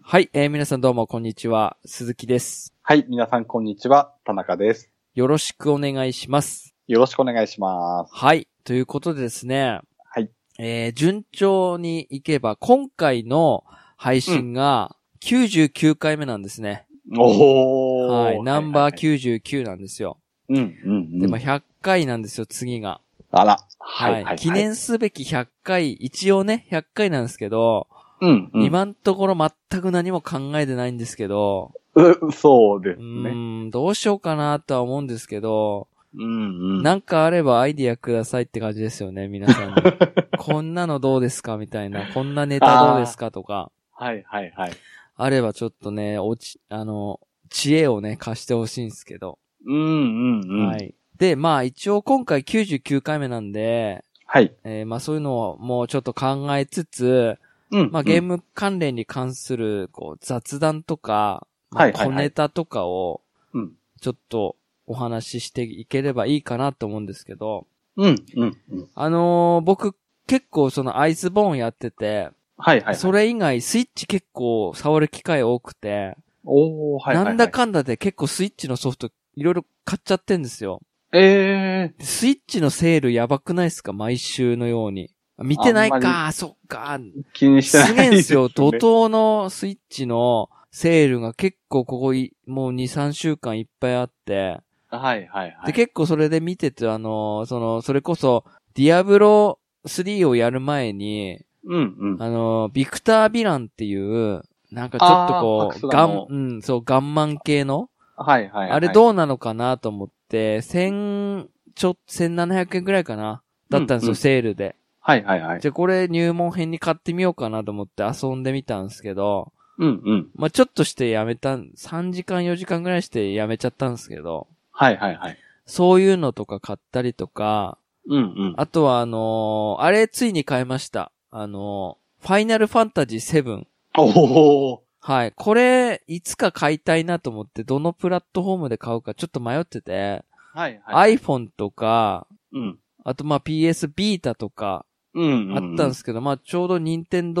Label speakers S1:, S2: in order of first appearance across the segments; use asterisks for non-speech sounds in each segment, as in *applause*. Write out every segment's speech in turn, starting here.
S1: はい、えー皆さんどうもこんにちは。鈴木です。
S2: はい、皆さんこんにちは、田中です。
S1: よろしくお願いします。
S2: よろしくお願いします。
S1: はい、ということでですね。
S2: はい。
S1: えー順調にいけば、今回の配信が99回目なんですね。
S2: おー。
S1: はい、ナンバー
S2: はい
S1: 99なんですよ。
S2: はいはいうん、うん、う
S1: で、
S2: ん。
S1: まあ、100回なんですよ、次が。
S2: あら。
S1: は、
S2: はいい、はい、はい。
S1: 記念すべき100回、一応ね、100回なんですけど、
S2: うん、うん。
S1: 今んところ全く何も考えてないんですけど、
S2: う、そうで
S1: う
S2: すね。
S1: ーん、どうしようかなとは思うんですけど、
S2: うん、うん。
S1: なんかあればアイディアくださいって感じですよね、皆さんに。
S2: *laughs*
S1: こんなのどうですかみたいな、こんなネタどうですかとか、
S2: はい、はい、はい。
S1: あればちょっとね、おち、あの、知恵をね、貸してほしいんですけど。
S2: うん、うん、うん。
S1: は
S2: はい。
S1: い。で、まあ一応今回99回目なんで、えーまあそういうのをもうちょっと考えつつ、
S2: うん。
S1: まあゲー
S2: ム。
S1: ム関連に関する、こう、雑談とか、ま
S2: は
S1: あ
S2: いはいはい
S1: 小ネタとかを、
S2: うん。
S1: ちょっとお話ししていければいいかなと思うんですけど、
S2: うん、うん、うん。
S1: あのー僕結構そのアイスボーンやってて、
S2: はい、はい。
S1: そ
S2: れ。
S1: れ以外スイッチ結構触る機会多くて、
S2: おー、はい、はい。
S1: なんだ。かんだで結構スイッチのソフトいろいろ買っちゃってんですよ。
S2: え
S1: スイッチのセールやばくないですか毎週のように。見てない
S2: あんま
S1: か、そっか。
S2: ー、気にしてない
S1: すげえんですよ。
S2: ね
S1: 怒。涛のスイッチのセールが結構ここい、もう2、3週間いっぱいあって、
S2: はい、はい、は
S1: で、
S2: い。
S1: 結構それで見てて、あのー、その、それこそ、ディアブロ3をやる前に、
S2: うん、うん。
S1: あのー、ビクター・ヴィランっていう、なんかちょっとこう、
S2: あーパクスラ
S1: ガ
S2: の
S1: ン、うん、そう、ガンマン系の、
S2: はい、はい。
S1: あれどうなのかなと思って、千、ちょ、千七百円くらいかなだったんですよ、
S2: うんうん
S1: セールで。
S2: はい、はい、はい。
S1: じゃあこれ入門編に買ってみようかなと思って遊んでみたんですけど、
S2: うん、うん。
S1: まあちょっとしてやめたん、3時間4時間くらいしてやめちゃったんですけど、
S2: はい、はい、はい。
S1: そういうのとか買ったりとか、
S2: うん、うん。
S1: あとはあのーあれついに買いました。あのーファイナルファンタジー7。
S2: おー。
S1: はい。これ、いつか買いたいなと思って、どのプラットフォームで買うかちょっと迷ってて、
S2: はい、はい。
S1: iPhone とか、
S2: うん。
S1: あとまあ PS ビータとか
S2: うん、
S1: あったんですけど、まあちょうど Nintendo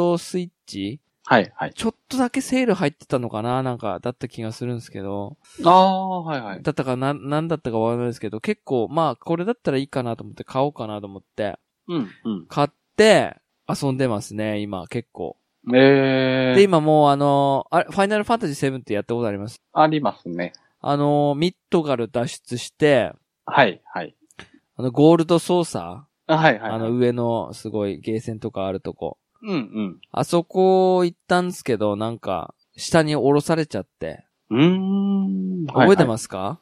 S1: Switch
S2: はい、はい。
S1: ちょっとだけセール入ってたのかななんか、だった気がするんですけど、
S2: ああ、はい、はい。
S1: だったかな、なんだったかわからないですけど、結構まあこれだったらいいかなと思って買おうかなと思って、
S2: うん、うん。
S1: 買って遊んでますね、今結構。
S2: ええ
S1: で、今もうあのーあれ、ファイナルファンタジー7ってやったことあります。
S2: ありますね。
S1: あのーミッドガル脱出して、
S2: はい、はい。
S1: あの、ゴールド操作、
S2: あはい、はい。
S1: あの、
S2: うん、
S1: 上のすごいゲーセンとかあるとこ。
S2: うん。
S1: あそこ行ったんですけど、なんか、下に降ろされちゃって。
S2: うーん。。
S1: 覚えてますすか、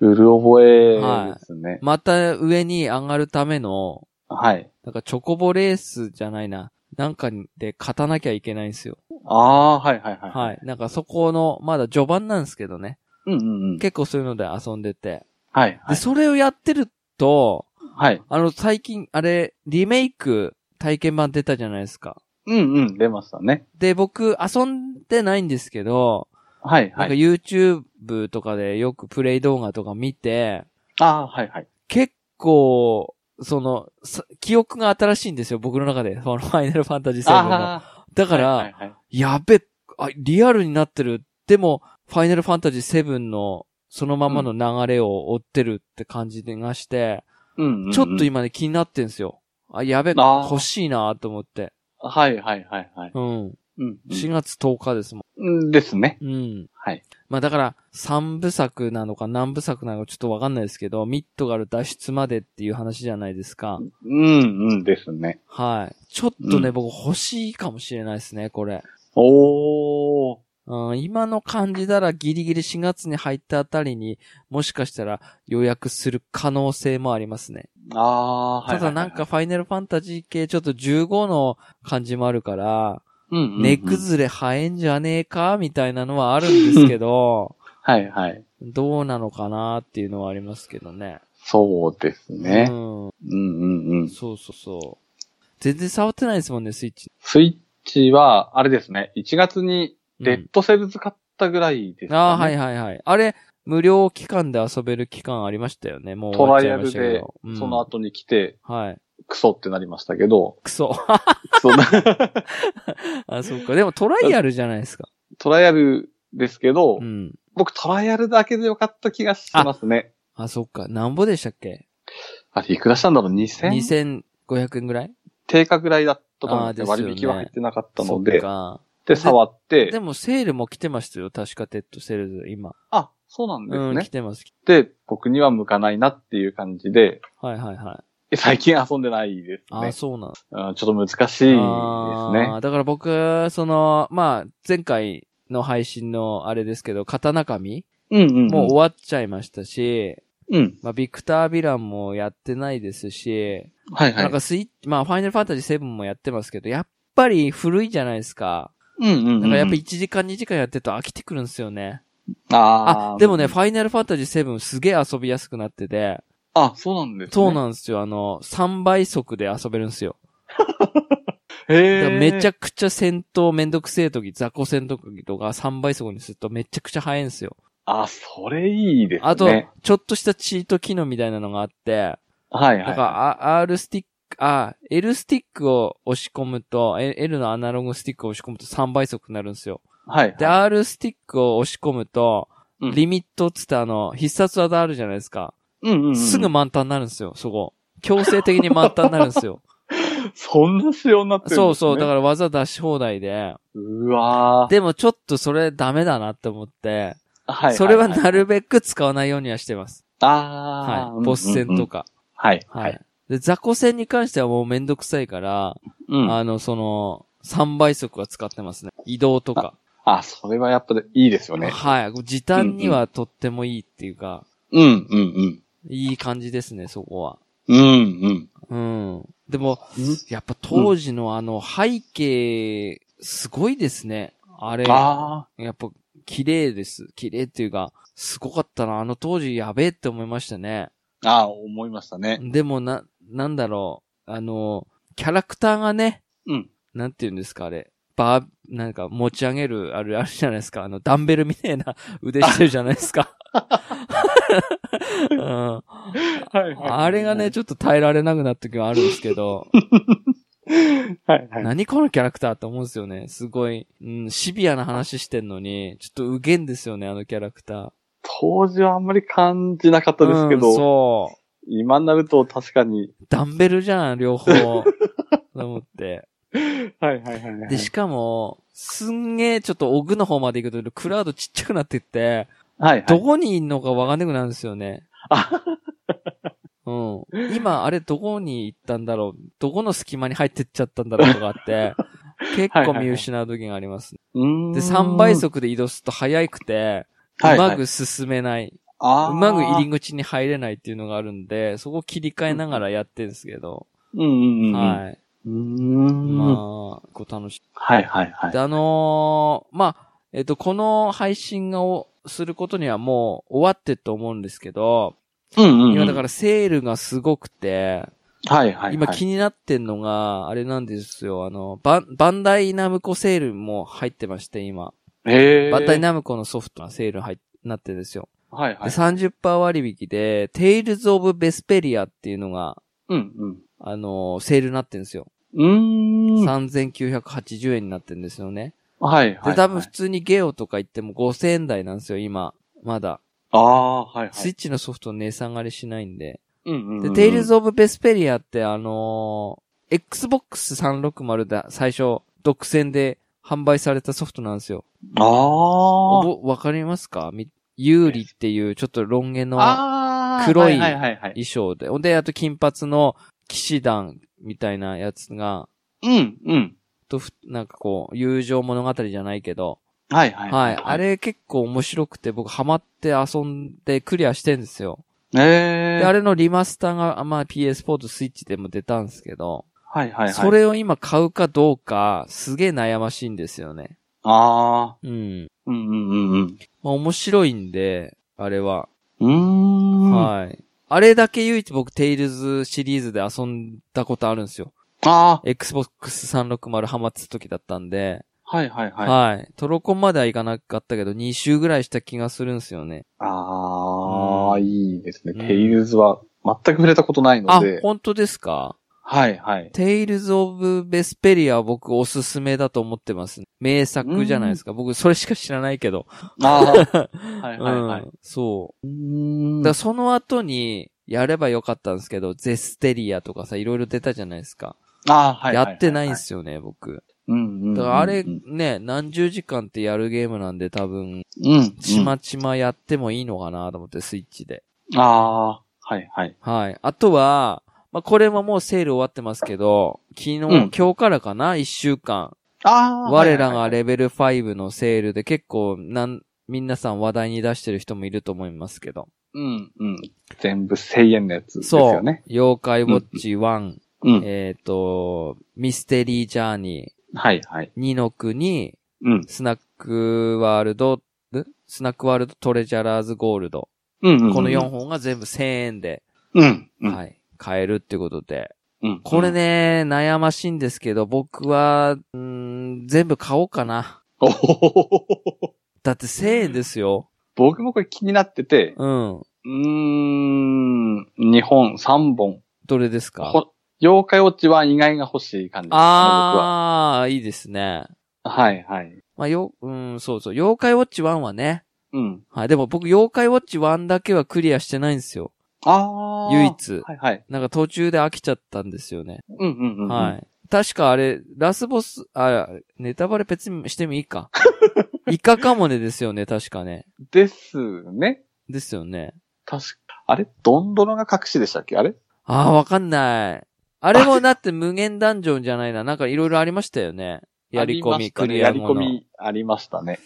S2: うる覚えですね。
S1: また上に上がるための、
S2: はい。
S1: なんかチョコボレースじゃないな。なんかで勝たなきゃいけないんですよ。
S2: ああ、はい、はい、はい。
S1: はい。なんかそこの、まだ序盤なんですけどね。
S2: うん、うん、うん。
S1: 結構そういうので遊んでて。
S2: はい、は
S1: で、
S2: い。
S1: それをやってると、
S2: はい。
S1: あの、最近、あれ、リメイク体験版出たじゃないですか。
S2: うん、うん、出ましたね。
S1: で、僕、遊んでないんですけど、
S2: はい、
S1: な
S2: は
S1: んか
S2: い。
S1: YouTube とかでよくプレイ動画とか見て、
S2: ああ、はい、はい。
S1: 結構、その、さ記憶が新しいんですよ、僕の中で。そのファイナルファンタジー7の。
S2: ああ。
S1: だから、
S2: はい、はい。
S1: やべ、あ、リアルになってる。でも、ファイナルファンタジー7の、そのままの流れを追ってるって感じがして、
S2: うん、うん。
S1: ちょっと、今ね気になってんですよ。あ、やべ、
S2: あー
S1: 欲しいなと思って。
S2: はい、はい、はい、はい。
S1: うん。
S2: うん
S1: 4月10日ですも
S2: うん。ですね。
S1: ん。うん。
S2: はい。
S1: まあだから、3部作なのか何部作なのかちょっとわかんないですけど、ミッドガル脱出までっていう話じゃないですか。
S2: うん、うん、ですね。
S1: はい。ちょっとね、
S2: うん
S1: 僕欲しいかもしれないですね、これ。
S2: おー。
S1: うん、今の感じならギリギリ4月に入ったあたりに、もしかしたら予約する可能性もありますね。
S2: ああ、はい
S1: ただなんか、ファイナルファンタジー系ちょっと15の感じもあるから、
S2: 根
S1: 根崩れ生えんじゃねえかみたいなのはあるんですけど、
S2: はいはい。
S1: どうなのかなっていうのはありますけどね。
S2: そうですね
S1: う。ん。
S2: うんうんうん。
S1: そうそうそう。全然触ってないですもんね、スイッチ。
S2: スイッチは、あれですね、1月にレ
S1: うん
S2: ッドセルズ買ったぐらいですかね。
S1: ああ、はいはいはい。あれ、無料期間で遊べる期間ありましたよね。もう終
S2: ト
S1: わっ
S2: ラ
S1: ち
S2: イ
S1: ゃい
S2: ア
S1: まし
S2: ル
S1: たけど。
S2: で、その後に来て、
S1: うん、はい。
S2: クソってなりましたけど、
S1: クソ。 *laughs*
S2: クソな、
S1: あ、そっか。でもトライアルじゃないですか。
S2: トライアルですけど、
S1: うん。
S2: 僕トライアルだけでよかった気がしますね。
S1: あ、そっか。なんぼでしたっけ
S2: あれ、いくらしたんだろう ?2000?
S1: 2500円ぐらい
S2: 定価ぐらいだったと思うんですよ
S1: あーですよね
S2: 割引は入ってなかった
S1: そ
S2: の
S1: っ
S2: で、
S1: か。
S2: で、触って、
S1: でもセールも来てましたよ。確かテッドセールズ、今。
S2: あ、そうなんですね。
S1: うん、来てます。
S2: で、僕には向かないなっていう感じで、
S1: はいはいはい。
S2: え最近遊んでないです
S1: あ
S2: ね
S1: ー。そうなんです
S2: うんちょっと難しいですね。
S1: だから僕、その、まあ、前回の配信のあれですけど、刀神
S2: うんうんうん。
S1: もう終わっちゃいましたし、
S2: うん。
S1: まあ、ビクター・ヴィランもやってないですし、
S2: はいはい。
S1: なんかスイッチ、まあ、ファイナルファンタジー7もやってますけど、やっぱり古いじゃないですか。
S2: うんうんうん。
S1: なんかやっぱ1時間2時間やってると飽きてくるんですよね。
S2: あ
S1: あ
S2: ー、
S1: でもね、、ファイナルファンタジー7すげえ遊びやすくなってて、
S2: あ、そうなんですね。
S1: そうんなんですよ。あの、3倍速で遊べるんですよ。だ
S2: へ
S1: か
S2: え。
S1: らめちゃ
S2: ゃ
S1: くちゃ戦闘めんどくせえ時、雑魚戦闘時とか3倍速にするとめちゃくちゃ早いんですよ。
S2: あ、それいいですね。
S1: あと
S2: はい、
S1: ちょっとしたチート機能みたいなのがあって、
S2: はい。
S1: なんか、あ R スティック、あ、L スティックを押し込むと、え L のアナログスティックを押し込むと3倍速になるんですよ。
S2: はい。
S1: で、R スティックを押し込むと、
S2: うん
S1: リミットっつってあの、必殺技あるじゃないですか。
S2: うんうんうん。
S1: すぐ満タンになるんですよ、そこ。強制的に満タンになるんです
S2: *laughs*
S1: よ。
S2: そんな仕様になってるんですね。
S1: そうそう、だ
S2: ら。
S1: から技出し放題で。
S2: うわー。
S1: でもちょっとそれダメだなって思って、
S2: はいいい。
S1: それはなるべく使わないようにはしてます。
S2: あー。
S1: はい。ボス戦と
S2: か。
S1: か。
S2: はい。
S1: は
S2: はい。
S1: い。で、雑魚戦に関してはもうめんどくさいから、
S2: うん。
S1: あの、その、3倍速は使ってますね。移動とか。
S2: あ、それはやっぱりいいですよね。
S1: はい。時短にはとってもいいっていうか、
S2: うんうん
S1: いい感じですね、そこは。
S2: うん。うんうん。
S1: うん。でも、
S2: うん
S1: やっぱ当時のあの背景、すごいですね。あれ、や
S2: あ
S1: っぱ綺麗です。綺麗っていうか、すごかったな。あの当時やべえって思いましたね。
S2: ー。あー、思いましたね。
S1: *laughs* でもな、なんだろう。あの、キャラクターがね、
S2: うん。
S1: なんて言うんですか、あれ。バー、なんか持ち上げる、あれ、あるじゃないですか。あの、ダンベルみたい
S2: *laughs*
S1: な腕してるじゃないですか。うん、
S2: はい
S1: あれがね、、ちょっと耐えられなくなった時はあるんですけど、
S2: はいはい。
S1: 何このキャラクターって思うんですよね。すごい、うん、シビアな話してんのに、ちょっとうげんですよね、あのキャラクター。
S2: 当時はあんまり感じなかったですけ
S1: うん
S2: ど、
S1: そ
S2: 今になると確かに。
S1: う。ダンベルじゃん、両
S2: *laughs*
S1: 方。と思って。
S2: はいはいはいはい。
S1: で、しかも、すんげえちょっと奥の方まで行くと、クラウドちっちゃくなってって、
S2: はいはい。
S1: どこにいんのかわかんなくなるんですよね。
S2: あ
S1: うん。今、あれどこに行ったんだろうどこの隙間に入ってっちゃったんだろうとかあ
S2: *laughs*
S1: って、結構見失う時があります、ね
S2: うーん
S1: で、3倍、速で移動すると速くて、う
S2: はいはい
S1: まく進めない,、
S2: あー
S1: うまく入り口に入れないっていうのがあるんで、そこを切り替えながらやってるんですけど、
S2: うんうんうん。い。
S1: はい。
S2: うーん。
S1: まあ、こう楽し
S2: はいはいはい
S1: で、。あのーまあ、えっ、と、この配信をすることにはもう終わってると思うんですけど、
S2: うんうんうん。
S1: 今だからセールがすごくて、
S2: ら、はいはいはい。
S1: 今気になってんのが、あれなんですよ。あの、バン、バンダイナムコセールも入ってまして、今。
S2: へー
S1: バンダイナムコのソフトがセール入っなってるんですよ。
S2: はい
S1: で
S2: はい。
S1: 30%割引で、テイルズ・オブ・ベスペリアっていうのが、
S2: うんうん。
S1: あの、セールになってるんですよ。
S2: うーん。はい
S1: 3980円になってるんですよね。
S2: はいはい。
S1: で、多分普通にゲオとか行っても5000円台なんですよ、今。まだ。
S2: ああ、はいはい。
S1: スイッチのソフト値下がりしないんで。
S2: うんうんう
S1: で、
S2: ん。
S1: テイルズ・オブ・ベスペリアってあのー Xbox 360で最初、独占で販売されたソフトなんですよ。
S2: ああ。
S1: おぼわかりますかみユーリっていうちょっとロン毛の衣
S2: ああ。
S1: 黒い
S2: はいはいはい。
S1: 装で。ほんで、あと金髪の騎士団みたいなやつが、
S2: うんうん。
S1: とふ、なんかこう、友情物語じゃないけど、
S2: はいはい。
S1: はい。あれ結構面白くて僕ハマって遊んでクリアしてんですよ。
S2: え
S1: で、
S2: え。
S1: あれのリマスターが、まあ PS4 とスイッチでも出たんですけど、
S2: はいはいはい。
S1: それを今買うかどうか、すげえ悩ましいんですよね。
S2: ああ。
S1: うん。
S2: うんうんうん
S1: まあ面白いんで、あれは。
S2: うん。うーん。あ
S1: はい。あれだけ唯一僕、テイルズシリーズで遊んだことあるんですよ。
S2: あ
S1: Xbox 360ハマってた時だったんで。
S2: ー。はいはいはい。あ
S1: はい。トロコンまではいかなかったけど、2周ぐらいした気がするんですよね。
S2: あ
S1: う
S2: ー、
S1: ん
S2: いいですね。
S1: うん
S2: テイルズは全く触れたことないの
S1: あ
S2: で、。
S1: 本当ですか
S2: はい、
S1: *laughs*
S2: はい。
S1: テイルズ・オブ・ベスペリアは僕おすすめだと思ってます、ね。名作じゃないですか。僕それしか知らないけど。
S2: ああ。はい、はい、は
S1: う
S2: い。
S1: ん、そうう。
S2: ん
S1: だからその後にやればよかったんですけど、ゼステリアとかさ、いろいろ出たじゃないですか。
S2: ああ、はい。
S1: やってないん
S2: ん。
S1: ですすよね、僕。
S2: うん、うん。
S1: だからあれ
S2: うん、
S1: ね、何十時間ってやるゲームなんで多分、
S2: うん。
S1: ちまちまやってもいいのかなと思って、スイッチで。
S2: ああ、はい、はい。
S1: はい。あとは、まあ、これはもうセール終わってますけど、昨日、
S2: ん
S1: 今日からかな一週間。
S2: ああ。
S1: 我ら
S2: は
S1: が
S2: いはいはい
S1: レベル5のセールで結構、なん、皆さん話題に出してる人もいると思いますけど。
S2: うん、うん。全部1000円のやつです
S1: そ
S2: よ
S1: う。
S2: ね。
S1: 妖怪ウォッチ1、
S2: うん。
S1: えっ、と、ミステリージャーニ
S2: はい、はい。
S1: ー、2の国、
S2: うん。
S1: スナックワールド、んスナックワールドトレジャラーズゴールド。
S2: うん、うん。
S1: この4本が全部1000円で、
S2: うん。うん。
S1: はい、買えるってことで。
S2: うん。
S1: これ。ね、悩ましいんですけど、僕は、うーん全部買おうかな。
S2: おお
S1: だって1000円ですよ。
S2: *laughs* 僕もこれ気になってて、
S1: うん。
S2: うーん、2本、3本。
S1: どれですか
S2: ほ妖怪ウォッチは意外が欲しい感じですね、僕
S1: あ
S2: は。
S1: ー、いいですね。
S2: はい、はい。
S1: まあ、よ、うん、そうそう。妖怪ウォッチ1はね。
S2: うん。
S1: はい。でも僕、妖怪ウォッチ1だけはクリアしてないんですよ。
S2: ああ。
S1: 唯一
S2: はい、はい。
S1: なんか途中で飽きちゃったんですよね。
S2: うん、うん、うん。
S1: は。い。確かあれ、ラスボス、あ、ネタバレ別にしてもいい
S2: *laughs*
S1: か。イカカモネですよね、確かね。
S2: ですね。
S1: ですよね。
S2: 確か。あれドンドロが隠しでしたっけあれ
S1: ああ、わかんない。あれもだって無限ダンジョンじゃないな。なんかいろいろありましたよね。やり込み、クリ
S2: や
S1: ア
S2: り
S1: 後
S2: 込
S1: の。
S2: みありましたね。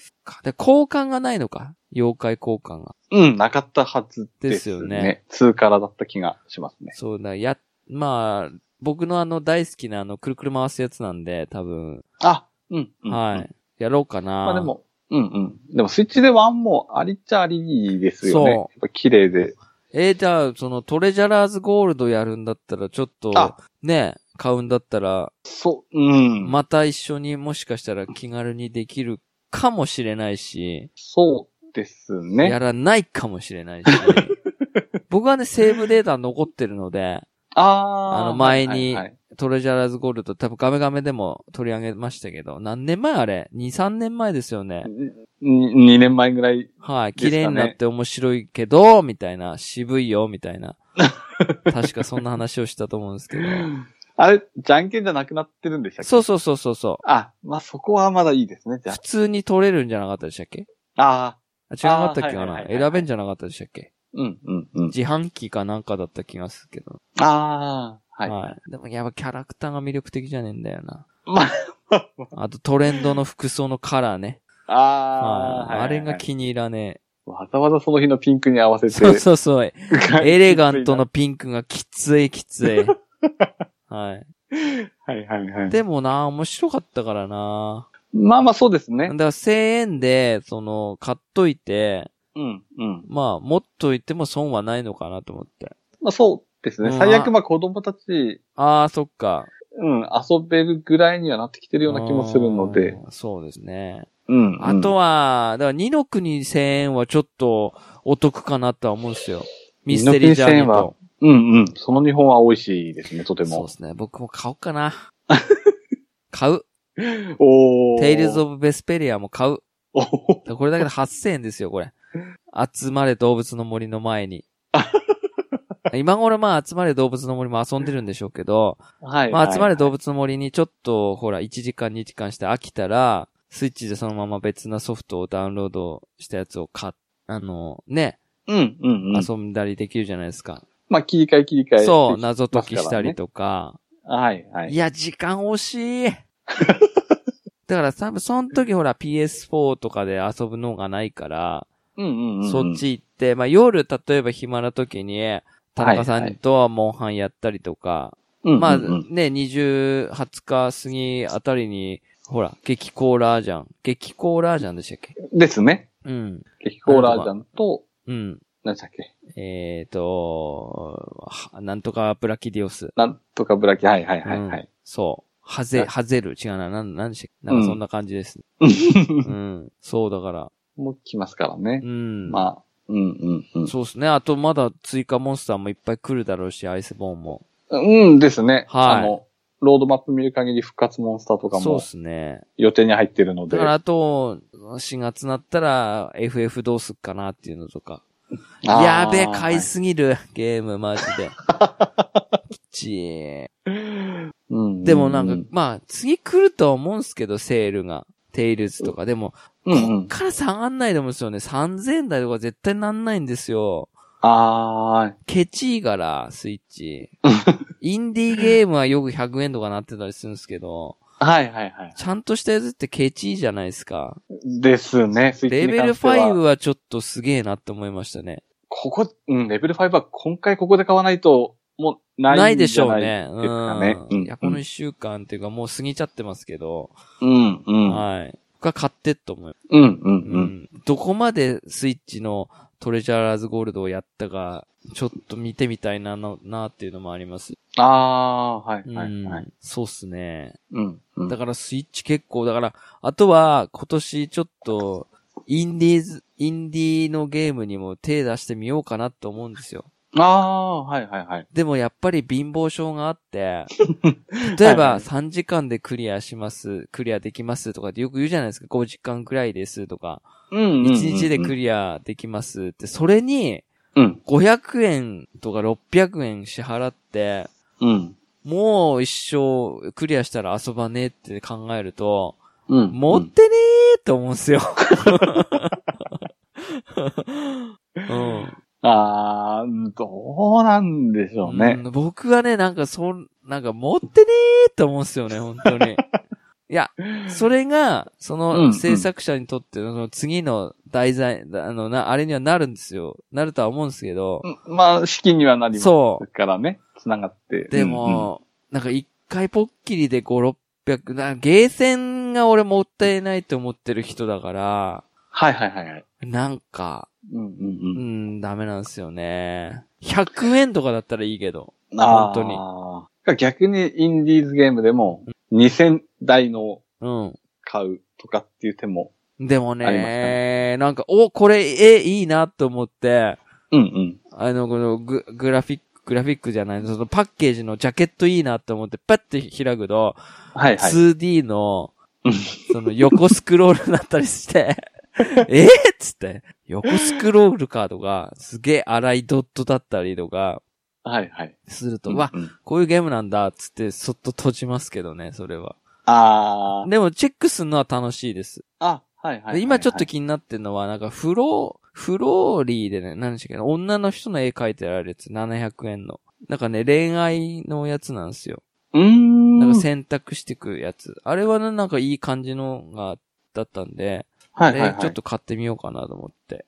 S1: で交換がないのか妖怪交換が。
S2: うん、なかったはずです
S1: ですよね
S2: ね。2からだった気がしますね。
S1: そうだ、や、まあ、僕のあの大好きなあの、くるくる回すやつなんで、多分、
S2: あ、うん。うん
S1: は。い。やろうかな。
S2: まあでも、うんうん。でもスイッチでワンもありっちゃありですよ
S1: そう
S2: ね。やっぱ綺麗で。
S1: えー、じゃあ、そのトレジャラーズゴールドやるんだったら、ちょっと
S2: あ、
S1: ね、買うんだったら、
S2: そう、うん。
S1: また一緒にもしかしたら気軽にできるかもしれないし、
S2: そうです
S1: や
S2: ね。
S1: らないかもしれ
S2: *laughs*
S1: ないし、僕はね、セーブデータ残ってるので、
S2: あー
S1: あの前に
S2: はいはいはい
S1: トレジャラーズゴールド多分ガメガメでも取り上げましたけど、何年前あれ ?2、3年前ですよね。
S2: に2年前ぐらい。
S1: はい、
S2: ですか
S1: 綺
S2: ね
S1: 麗になって面白いけど、みたいな、渋いよ、みたい
S2: *laughs*
S1: な。確かそんな話をしたと思うんですけど。
S2: あれ、じゃんけんじゃなくなってるんでしたっけ
S1: そうそうそうそうそう。
S2: あ、まあそこはまだいいですね、じゃ
S1: 普通に取れるんじゃなかったでしたっけ
S2: あ。あ
S1: あ違うかったっけか
S2: あーはいはい
S1: な
S2: はいは
S1: 選
S2: い
S1: べんじゃなかったでしたっけ
S2: ーうんうんうん。
S1: 自販機かなんかだった気がするけど。
S2: ああ、はい。
S1: い。でもやっぱキャラクターが魅力的じゃねえんだよな。
S2: まあ、
S1: あとトレンドの服装のカラーね。
S2: ああ、
S1: はいあれが
S2: き
S1: 気に入らね
S2: わざわざその日のピンクに合わせ
S1: え。
S2: て。
S1: そう
S2: *laughs*
S1: そうそう。エレガントの。ピンクがきついきつ
S2: *laughs*
S1: い。はい。
S2: はいはいはい。
S1: でもな、面白かったからな。
S2: まあまあそうです
S1: だか
S2: ね。
S1: ら1000円で、その、買っといて、
S2: うんうん。
S1: まあ、持っといても損はないのかなと思って。
S2: まあそうですね。
S1: うん
S2: 最悪まあ子供たち、
S1: ああ、そっか。
S2: うん、遊べるぐらいにはなってきてるような気もするので。
S1: あー。そうですね。
S2: うん、うん
S1: あとは、だから二の国1000円はちょっとお得かなとは思うんですよ。ミステリージャーニーと。
S2: うんうん。その日本は美味しいですね、とて
S1: そう
S2: も
S1: で。すね。僕も買おうかな。 *laughs* 買う。
S2: おー。
S1: テイ
S2: *laughs*
S1: ルズ・オブ・ベスペリアも買う。
S2: おー
S1: これだけで8000円ですよ、これ。集まれ動物の森の前
S2: *laughs*
S1: に。今頃まあ集まれ動物の森も遊んでるんでしょうけど、
S2: はい。
S1: まあ集まれ
S2: と。
S1: 動物の森にちょっとほら1時間2時間して飽きたら、スイッチでそのまま別なソフトをダウンロードしたやつを買っ、あの、ね、
S2: うんうんうん。
S1: 遊んだりできるじゃないですか。
S2: まあ切り替え切り替え。
S1: そう、謎解きしたりとか。
S2: はいはいい。
S1: や、時間惜しい。だから多分その時ほら PS4 とかで遊ぶのがないから、
S2: うんうんうん。
S1: そっ。ち行って、まあ夜例えば暇な時に、田中さんとはモンハンやったりとか、
S2: うんうんうん、
S1: まあね、20、20日過ぎあたりに、ほら、激コーラージャン。激コーラージャンでしたっけ
S2: ですね。
S1: うん。
S2: 激コーラージャンと、
S1: うん。
S2: 何でしたっけ
S1: えっ、と、はなんとかブラキディオス。
S2: なんとかブラキ、はいはいはいはい。
S1: そう。はぜ、
S2: はい
S1: はぜる。違うな。なん、なんでしたっけなんかそんな感じです、ね。うん。そうだから。
S2: もう来ますからね
S1: う。ん。あ。
S2: まあ、うんうんうん。
S1: そうですね。あとまだ追加モンスターもいっぱい来るだろうし、アイスボーンも。
S2: うんですね。
S1: はい
S2: あの、ロードマップ見る限り復活モンスターとか
S1: そう
S2: も
S1: ですね。
S2: 予定に入ってるの
S1: だ
S2: で。
S1: からあと、4月になったら FF どうすっかなっていうのとか。
S2: あー
S1: やべえ、買いすぎる、ゲーム、マジ
S2: *laughs*
S1: で。きっちー
S2: うん
S1: でもなんか、
S2: う
S1: まあ、次来るとは思うんすけど、セールが。テイルズとか。でも、
S2: うんうん。
S1: から下がんないと思うんですよね。3000円台とか絶対なんないんですよ。
S2: あ
S1: ケチいから、スイッ
S2: *laughs*
S1: チ。インディーゲームはよく100円とかなってたりするんですけど、
S2: ーはいはいはい。
S1: ちゃんとしたやつってケチいじゃないですか。
S2: ですね、スイッチ
S1: レ
S2: に
S1: ベル
S2: 関しては
S1: 5はちょっとすげえなって思いましたね。
S2: ここ、うん、レベル5は今回ここで買わないと、もうない
S1: ない
S2: んじゃない
S1: でしょうね。
S2: ですかね
S1: うん。
S2: うん
S1: いや、この一週間っていうかもう過ぎちゃってますけど、
S2: うん、うん。
S1: はい。が買ってっと思います。
S2: うん、うん、
S1: う
S2: うん。
S1: ん。どこまでスイッチのトレジャーラーズゴールドをやったか、ちょっと見てみたいなの、なっていうのもあります。
S2: ああー、はい、はい、
S1: う
S2: はい。
S1: ん。そうっすね。
S2: うん、うん
S1: だ。からスイッチ結構、だから、あとは今年ちょっと、インディーズ、インディーのゲームにも手出してみようかなと思うんですよ。
S2: ああ、はい、はい、はい。
S1: でもやっぱり貧乏症があ
S2: *laughs*
S1: って、例え
S2: はい
S1: ば
S2: はい
S1: 3時間でクリアします、クリアできますとかってよく言うじゃないですか。5時間くらいですとか、
S2: うんうんうんうん。
S1: 1日でクリアできますって、それに
S2: うん、
S1: 500円とか600円支払って、
S2: うん、
S1: もう一生クリアしたら遊ばねえって考えると、
S2: うん。
S1: 持ってねーって思うん
S2: *laughs*
S1: すよ。 *laughs* うん。
S2: ああ、どうなんでしょうね。
S1: うん僕はね、なんかそん、なんか持ってねーって思うんすよね、本
S2: *laughs*
S1: 当に。いや、それが、そ
S2: うんう
S1: の
S2: ん
S1: 制作者にとって、その次の題材、あの、な、あれにはなるんですよ。なるとは思うんですけど。
S2: うんまあ、資金にはなります
S1: そ
S2: からね、繋がって。
S1: う。でも、なんか一回ポッキリで5、600、なゲーセンが俺もったいないと思ってる人だから、
S2: はい、はい、はい、はい。
S1: なんか、
S2: うん、うん、
S1: う、
S2: うん
S1: ダメなんですよね。100円とかだったらいいけど。
S2: ん。ああ、
S1: 本
S2: 当に。逆に、インディーズゲームでも、2000台の
S1: うん。
S2: 買うとかっていう手も。
S1: でも
S2: ありました
S1: ね、なんか、お、これ、え、いいなと思って、
S2: うんうん。
S1: あの、このグ、グラフィック、グラフィックじゃない、そのパッケージのジャケットいいなと思って、パッて開くと、
S2: はいはい。
S1: 2D の
S2: うん、
S1: その横スクロールだったりして、 *laughs* えっつって、横スクロールかとか、すげえ荒いドットだったりとか、
S2: はいはい。
S1: すると、わ、
S2: うんうん
S1: こういうゲームなんだ、つって、そっと閉じますけどね、それは。
S2: あー。
S1: でも、チェックするのは楽しいです。
S2: あ、はいはい。
S1: で今ちょっと気になってるのは、なんか、フロー、フローリーでね、何でしたっけ女の人の絵描いてあるやつ、700円の。なんかね、恋愛のやつなんですよ。
S2: うーん。
S1: なんか選択してくやつ。あれはね、なんかいい感じのが、だったんで、
S2: は
S1: あ
S2: いはいは
S1: れ
S2: い。
S1: ちょっ。と買ってみようかなと思って。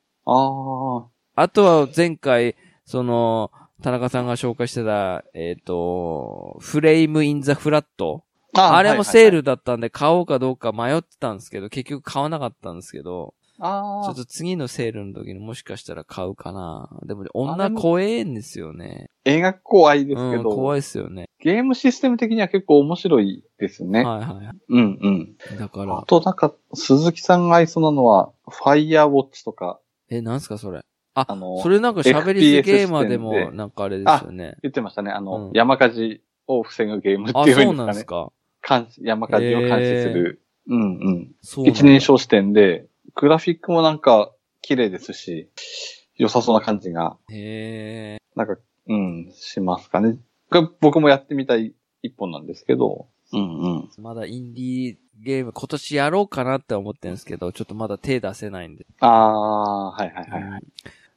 S2: あ
S1: あとは前回、その、田中さんが紹介してた、えっ、と、フレームインザフラット。
S2: ー。
S1: あれもセー
S2: ル。
S1: ルだったんで買おうかどうか迷ってたんですけど、結局買わなかったんですけど、
S2: あ
S1: ちょ
S2: ー
S1: っ。と次のセールの時にもしかしたら買うかな。でも女怖えんですよね。
S2: 映画怖いです
S1: う
S2: け
S1: ん、怖
S2: ど、
S1: いですよね。
S2: ゲームシステム的には結構面白いです
S1: はい
S2: ね。
S1: は
S2: うんうん。
S1: い。だか
S2: あ
S1: ら、
S2: となんか、鈴木さんが合いそうなのは、ファイヤーウォッチとか、
S1: え、なんすかそれ。
S2: あの
S1: そ、れなんか喋りすぎゲーマーで
S2: FPS 視
S1: も、
S2: 点で
S1: なんかあれですよね。
S2: 言ってましたね。あの
S1: うん、
S2: 山火事を防ぐゲームって
S1: あ、
S2: いうふう
S1: そう
S2: に
S1: なん
S2: で
S1: ですす
S2: か
S1: か。
S2: ね。監視山火事を監視する。うんうん。
S1: そうなんだ
S2: 一人称視点で、グラフィックもなんか綺麗ですし、良さそうな感じが、
S1: へえ。
S2: なんか、うん、しますかね。が僕もやってみたい一本なんですけど、うんうん。
S1: まだインディーゲーム今年やろうかなって思ってるんですけど、ちょっとまだ手出せないんで。
S2: あー、はいはいはい。
S1: うん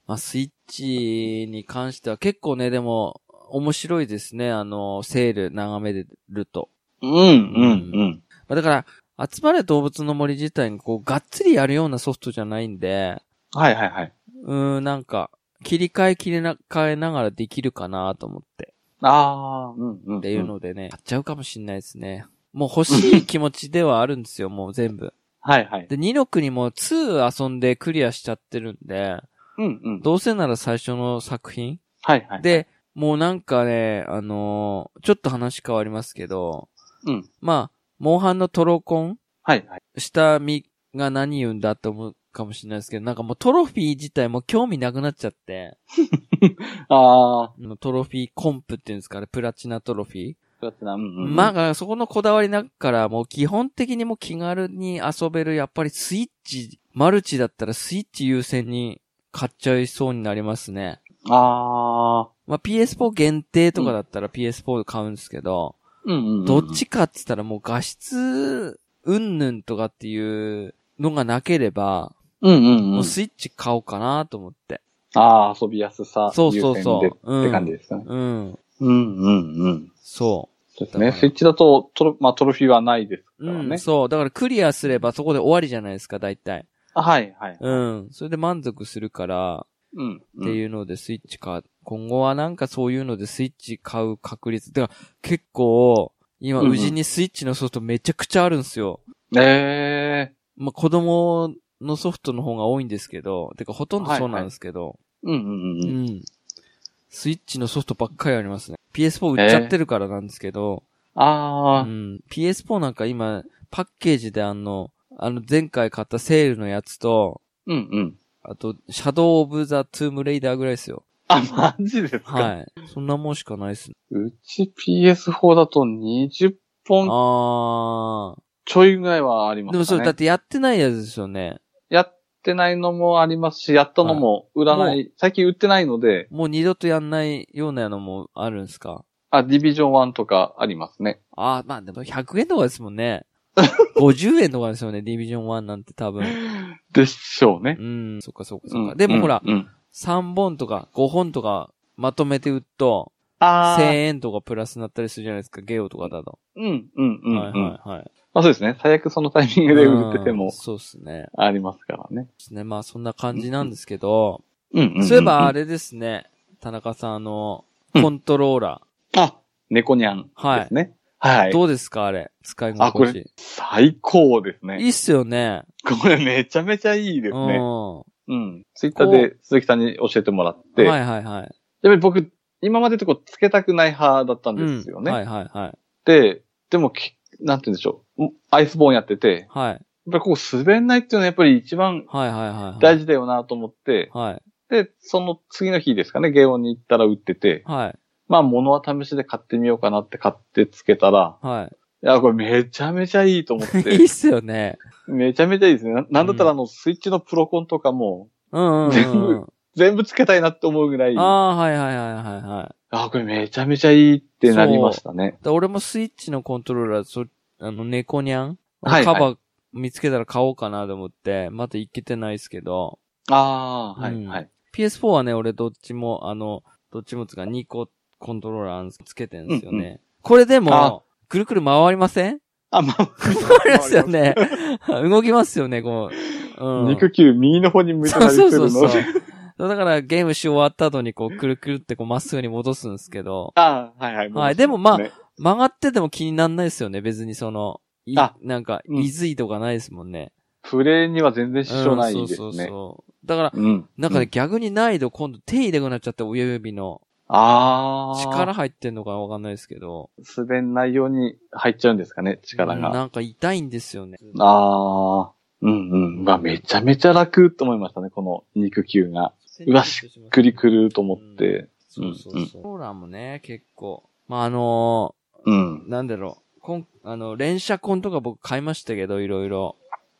S1: まあ、スイッチに関しては結構ね、でも、面白いですね。あの、セール眺めると。
S2: うんうん
S1: まあ、だから、集まれ動物の森自体にこう、がっつりやるようなソフトじゃないんで、
S2: うん。はいはいはい。
S1: うーん、なんか、切り替え切りな変えながらできるかなと思って。
S2: あー、うんうん、うん。
S1: っていうのでね、買っちゃうかもしんないですね。もう欲しい気持ちではあるんですよ、もう全部。
S2: はいはい。
S1: で、ニノクにも2遊んでクリアしちゃってるんで、
S2: うんうん。
S1: どうせなら最初の作品
S2: はいはい。、
S1: で、もうなんかね、あのーちょっと話変わりますけど、
S2: うん。
S1: まあ、モンハンのトロコン
S2: はいはい。
S1: した身が何言うんだと思かもしれないですけど、なんかもうトロフィー自体も興味なくなっちゃって、
S2: ああ、
S1: あのトロフィーコンプっていうんですかね、プラチナトロフィー。
S2: そうやってな、うん、うん。
S1: まあ、そこのこだわりだから、もう基本的にもう気軽に遊べる、やっぱりスイッチ、マルチだったらスイッチ優先に買っちゃいそうになりますね。
S2: ああ、
S1: まあ PS4 限定とかだったら PS4 で買うんですけど、
S2: うんうん、うん。
S1: どっちかって言ったらもう画質、うんぬんとかっていうのがなければ、
S2: うんうんう
S1: も
S2: ん
S1: う。スイッチ買おうかなと思って。
S2: ああ、遊びやすさ。
S1: そうそうそう
S2: 優先で
S1: うん
S2: って感じですかね。
S1: うん。
S2: うんうんうん。
S1: そ
S2: そうです
S1: だ
S2: ね。
S1: から
S2: スイッチだと、トロ、まあトロフィーはないですか
S1: う。
S2: ら
S1: うん、
S2: ね。
S1: そう。だからクリアすればそこで終わりじゃないですか、大体。
S2: あはいはい。
S1: うん。それで満足するから、
S2: うん。
S1: って
S2: う。
S1: いうのでスイッチ買う。今後はなんかそういうのでスイッチ買う確率。だから結構、今、
S2: うんうん
S1: うちにスイッチのソフトめちゃくちゃあるんですよ。
S2: ええ
S1: まあ、子供のソフトの方が多いんですけど、てかほとんどそうなんですけど、
S2: うんうんうん。
S1: うん。スイッチのソフトばっかりありますね。PS4 売っちゃってるからなんですけど、
S2: ああ
S1: う、ん、PS4 なんか今、パッケージであの、あの前回買ったセールのやつと、
S2: うんうん。
S1: あと、シャドウ・オブ・ザ・トゥーム・レイダーぐらいですよ。
S2: あ、マジですか、
S1: はい。そんなもんしかないですね。
S2: うち PS4 だと20本
S1: あ
S2: ちょいぐらいはあり
S1: ー。で
S2: ますかね。
S1: もそれだってやってないやつですよね。
S2: やってないのもありますし、やったのも売らない、
S1: は
S2: 最近売ってないので、
S1: もう二度とやんないようなのもあるんですか
S2: あ、ディビジョン1とかありますね。
S1: ああ、まあでも100円とかですもん
S2: *laughs*
S1: ね。50円とかですよね、ディビジョン1なんて多分。
S2: でしょうね。
S1: うん、そっかそっかそっか。
S2: うん
S1: でもほら、
S2: うんうん
S1: 3本とか5本とかまとめて売っと、
S2: あ
S1: 1000
S2: あ、
S1: 円とかプラスになったりするじゃないですか、ゲオとかだと。
S2: うん、うん、うん。うん
S1: はいはいはい。
S2: まあそうですね。最悪そのタイミングで売ってて
S1: うん
S2: も
S1: そうっすね。
S2: ありますからね。
S1: ですね。まあそんな感じなんですけど、
S2: うんんんん
S1: そういえばあれですね、田中さん、あの、
S2: うん
S1: コントローラ
S2: あ、猫にゃんですね。は
S1: ー。
S2: い。
S1: どうですかあれ。使い心地。
S2: 最高です
S1: いい
S2: ね。
S1: っすよね。
S2: これめちゃめちゃいいです
S1: う
S2: ね。
S1: ん。は
S2: うん。ツイッターで鈴木さんに教えてもらっ
S1: い
S2: て、
S1: は
S2: やっ
S1: いはい。
S2: ぱり僕、今までとこつけたくない派だったんですよね。
S1: うんはいはいはい。
S2: で、でもき、なんて言うんでしょう。アイスボーンやってて、
S1: はい。
S2: やっぱりここ滑んないっていうのはやっぱり一番
S1: はいはいはい。
S2: 大
S1: 事。
S2: 事だよなと思って、
S1: はい。
S2: で、その次の日ですかね、ゲオンに行ったら売ってて、
S1: はい。
S2: まあ物は試しで買ってみようかなって買ってつけたら、
S1: はい
S2: や、これめちゃめちゃいいと思っ、
S1: い。 *laughs* いいってすよね。
S2: めちゃめちゃいいですね。ななんだったらあの、スイッチのプロコンとかも、
S1: うんうんうんうん。
S2: 全部つけたいなって思うぐらい、
S1: あ
S2: あ
S1: あ、はいはいはいはいは
S2: あ、これめちゃめちゃいいってなりましたね。
S1: い。で俺もスイッチのコントローラー、そ、あの、猫にゃん
S2: はい
S1: カバー見つけたら買おうかなと思って、まだいけてないですけど、
S2: ああ、は
S1: う
S2: い、
S1: ん
S2: はい。
S1: PS4 はね、俺どっちも、あの、どっちもつか2個コントローラーあるんですつけてるんですよね。
S2: うん
S1: これで
S2: あ
S1: も、ぐるぐる回りません
S2: あ、まあ、
S1: 回りますよね。 *laughs* 動きますよね、こう。うん。
S2: 肉球右の方に向いてた
S1: そう
S2: りす
S1: そ
S2: るの
S1: う
S2: で。
S1: そうそう。そうだからゲームし終わった後にこう、くるくるってこう、まっすぐに戻すんですけど、
S2: ああ、はいはい。
S1: はいでもまあ曲がってても気になんないですよね、別にその、い
S2: あ
S1: なんか、
S2: うん
S1: いずいとかないですもんね。
S2: プレイには全然支障ない
S1: うん
S2: ですね。
S1: そうそうそう。だから、
S2: うん。
S1: なんかね、
S2: う
S1: 逆に難易度今度手入れなくなっちゃって、親指の
S2: ああ。
S1: 力入ってんのかわかんないですけど、
S2: 滑んないように入っちゃうんですかね、力
S1: うん
S2: が。
S1: なんか痛いんですよね。
S2: ああ。うんうん。まあ、めちゃめちゃ楽と思いましたね、この肉球が。うわし
S1: っ
S2: くりくると思って。
S1: そうそうそう。ローラーもね、結構。まあ、あの
S2: うん。
S1: ーなんだろう、こん、あの、連射コンとか僕買いましたけど、いろいろ。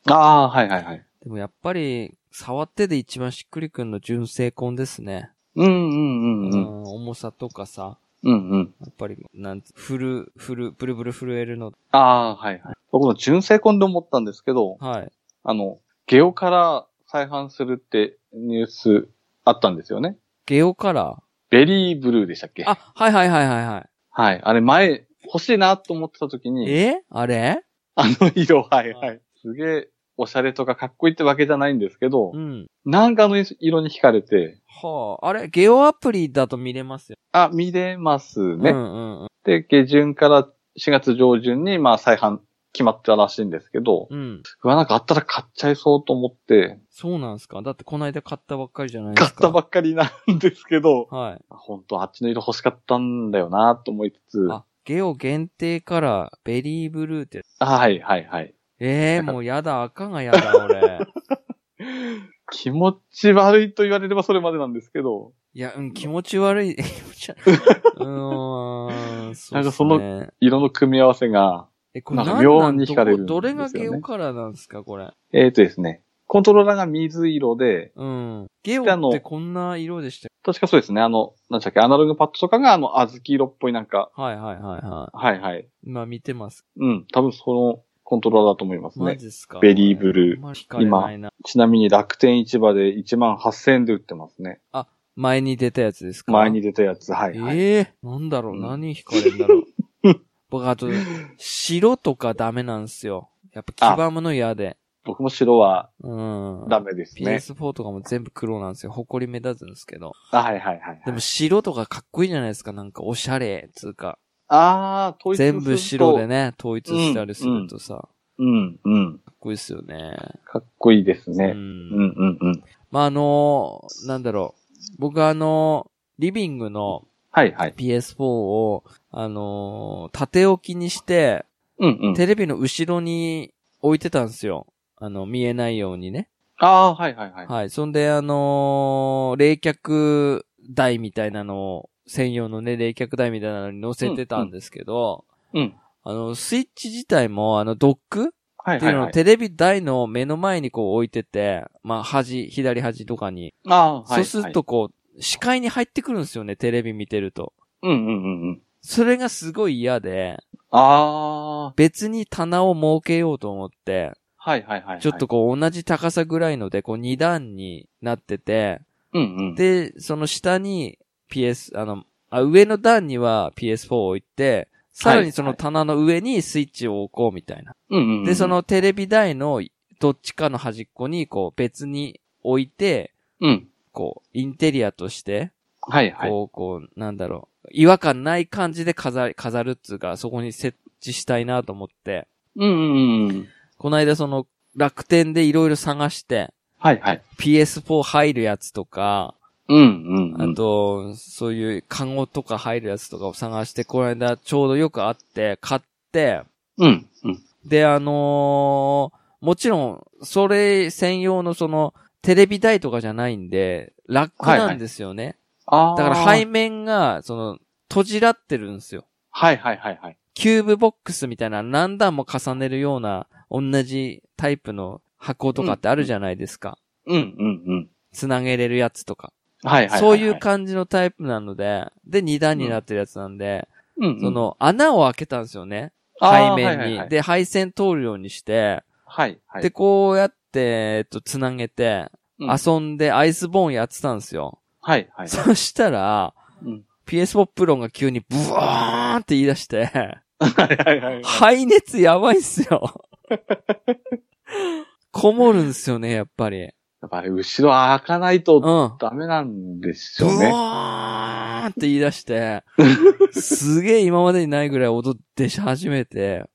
S2: ああー、はいはいはい。
S1: でもやっぱり、触ってで一番しっくりくんの純正コンですね。
S2: うんうんうんう。
S1: うんん重さとかさ、
S2: うんうん。
S1: やっぱり、なんつ、振る、振る、ブルブル震えるの。
S2: ああー、はいはい。僕の純正コンで思ったんですけど、
S1: はい。
S2: あの、ゲオから再販するってニュースあったんですよね。
S1: ゲオカラ
S2: ベリーブルーでしたっけ
S1: ー。あ、はいはいはいはいは
S2: はい。あれ前、欲しいなと思ってた時
S1: い。
S2: に、
S1: えあれ
S2: *laughs* あの色、はいは。
S1: はい
S2: すげえ、おしゃれとかかっこいいってわけじゃないんですけど
S1: う、ん。
S2: なんかの色に惹かれて、
S1: はあ、あれゲオアプリだと見れますよ。
S2: あ、見れますね。
S1: うんうんうん。
S2: で、下旬から4月上旬に、まあ再販決まったらしいんですけど、
S1: うん。
S2: うわ、なんかあったら買っちゃいそうと思って、
S1: そうなんすかだってこの間買ったばっかりじゃないで
S2: 買っ
S1: すか。
S2: たばっかりなんですけど、
S1: はい。
S2: 本当あっちの色欲しかったんだよなと思いつつ、
S1: あ、ゲオ限定カラー、ベリーブルーって。
S2: *laughs* はいはいはい。
S1: ええ
S2: なんか
S1: もうやだ、赤がやだ、俺。
S2: 気持ち悪いと言われればそれまでなんですけど、
S1: いや、
S2: *laughs*
S1: うん、気持ち悪い。気 *laughs* 持ち悪い。うーん、そう
S2: なん
S1: で
S2: か
S1: す
S2: そ
S1: ね。
S2: 色の組み合わせが、
S1: え、これ
S2: なんか
S1: 何
S2: 妙
S1: なん
S2: に惹かれるんです
S1: ど
S2: よ
S1: こ
S2: ね
S1: どれがゲオカラーなんですか、これ。
S2: えーとですね、コントローラーが水色で、
S1: うん。ゲオ
S2: あの
S1: ってこんな色でしたよ
S2: 確かそうですね、あの、なんでしたっけ、アナログパッドとかがあの、小豆色っぽいなんか、
S1: はいはいはいは
S2: はいはい。
S1: い。今見てます。
S2: うん、多分そのコントローラーだと思います
S1: マ
S2: ね。
S1: ジっすか。
S2: ベリーブルー
S1: ー。惹かれないな。
S2: ちなみに楽天市場で1万8000円で売ってますね。
S1: 前に出たやつですか
S2: 前に出たやつ、はい、はい。
S1: ええなんだろう、
S2: うん
S1: 何惹かれるんだろ
S2: *laughs*
S1: う。僕、あと、白とかダメなんですよ。やっぱ黄ばむの嫌で。
S2: 僕も白は
S1: うん。
S2: ダメですね。
S1: PS4 とかも全部黒なんですよ。埃目立つんですけど。
S2: あ、はいはいはい。
S1: でも白とかかっこいいじゃないですか。なんかおしゃれ、つうか。
S2: あー、統一する
S1: 全
S2: と
S1: 部白で。ね、統一したりするとさ、
S2: うん、うん。
S1: かっこいいですよね。
S2: かっこいいです
S1: う。
S2: ね。うん、うんん、うん。
S1: まあ、あのーなんだろう。僕あのーリビングの
S2: はいはい。
S1: PS4 を、あのー縦置きにして、
S2: うん、うん。
S1: テレビの後ろに置いてたんですよ。あの、見えないようにね。
S2: あー、はいはいはい。
S1: はい。そんで、あのー冷却台みたいなのを、専用のね、冷却台みたいなのに乗せてたんですけど、
S2: うん。
S1: あの、スイッチ自体も、あの、ドック
S2: はい
S1: ってい
S2: は
S1: う
S2: い
S1: のを
S2: はい。
S1: テレビ台の目の前にこう置いてて、まあ、端、左端とかに。
S2: あー、は
S1: そ
S2: い。
S1: うするとこう、視界に入ってくるんですよね、テレビ見てると。
S2: はい。うん、うん、うんうん。
S1: それがすごい嫌で、
S2: あー、
S1: 別に棚を設けようと思って、
S2: はいはいはいはい。
S1: ちょっと、こう同じ高さぐらいので、こう二段になってて、
S2: うん、うん。
S1: で、その下に PS、あの、あ、上の段には PS4 を置いて、さらにその棚の上にスイッチを置こうみたいな。
S2: うん、うんうん。
S1: で、そ、のテレビ台のどっちかの端っこに、こう別に置いて、
S2: うん。
S1: こう、インテリアとして、
S2: はいはい。
S1: こう、こう、なんだろう、違和感ない感じで飾り、飾るっつうか、そこに設置したいなと思って、
S2: うん、うん、うん。
S1: この間その楽天でいろいろ探して、
S2: はいはい。
S1: PS4 入るやつとか、
S2: うん、うん。うん
S1: あ、と、そういうカゴとか入るやつとかを探して、この間ちょうどよくあって、買って、
S2: うん、うん。
S1: で、あのーもちろん、それ専用のその、テレビ台とかじゃないんで、楽なんですよね。
S2: あー。
S1: だから背面が、その、閉じらってるんですよ。
S2: はいはいはいはい。
S1: キューブボックスみたいな何段も重ねるような、同じタイプの箱とかってあるじゃないですか。
S2: うん、うん、うん。
S1: つなげれるやつとか。
S2: はいはいはは
S1: そういう感じのタイプなので、で、二段になってるやつなんで、
S2: うんうん
S1: その、穴を開けたんですよね。
S2: あ
S1: 背面
S2: ー
S1: に。
S2: はいはいはい
S1: で、配線通るようにして、
S2: はい、はい。
S1: で、こうやって、えっと、つなげて、
S2: うん
S1: 遊んでアイスボーンやってたんですよ。
S2: はい、はい。
S1: そしたら、
S2: うん
S1: PS4 プロが急にブワーンって言い出して、
S2: はい、はい、はい。
S1: 排熱やばいっす
S2: *laughs*
S1: よ。こもるんですよね、やっぱり。
S2: やっぱり後ろ開かないと
S1: うん。
S2: ダメなんです
S1: ブ
S2: よ
S1: ワ
S2: ね。
S1: ーンって言い出して、すげえ今までにないぐらい音出し始めて、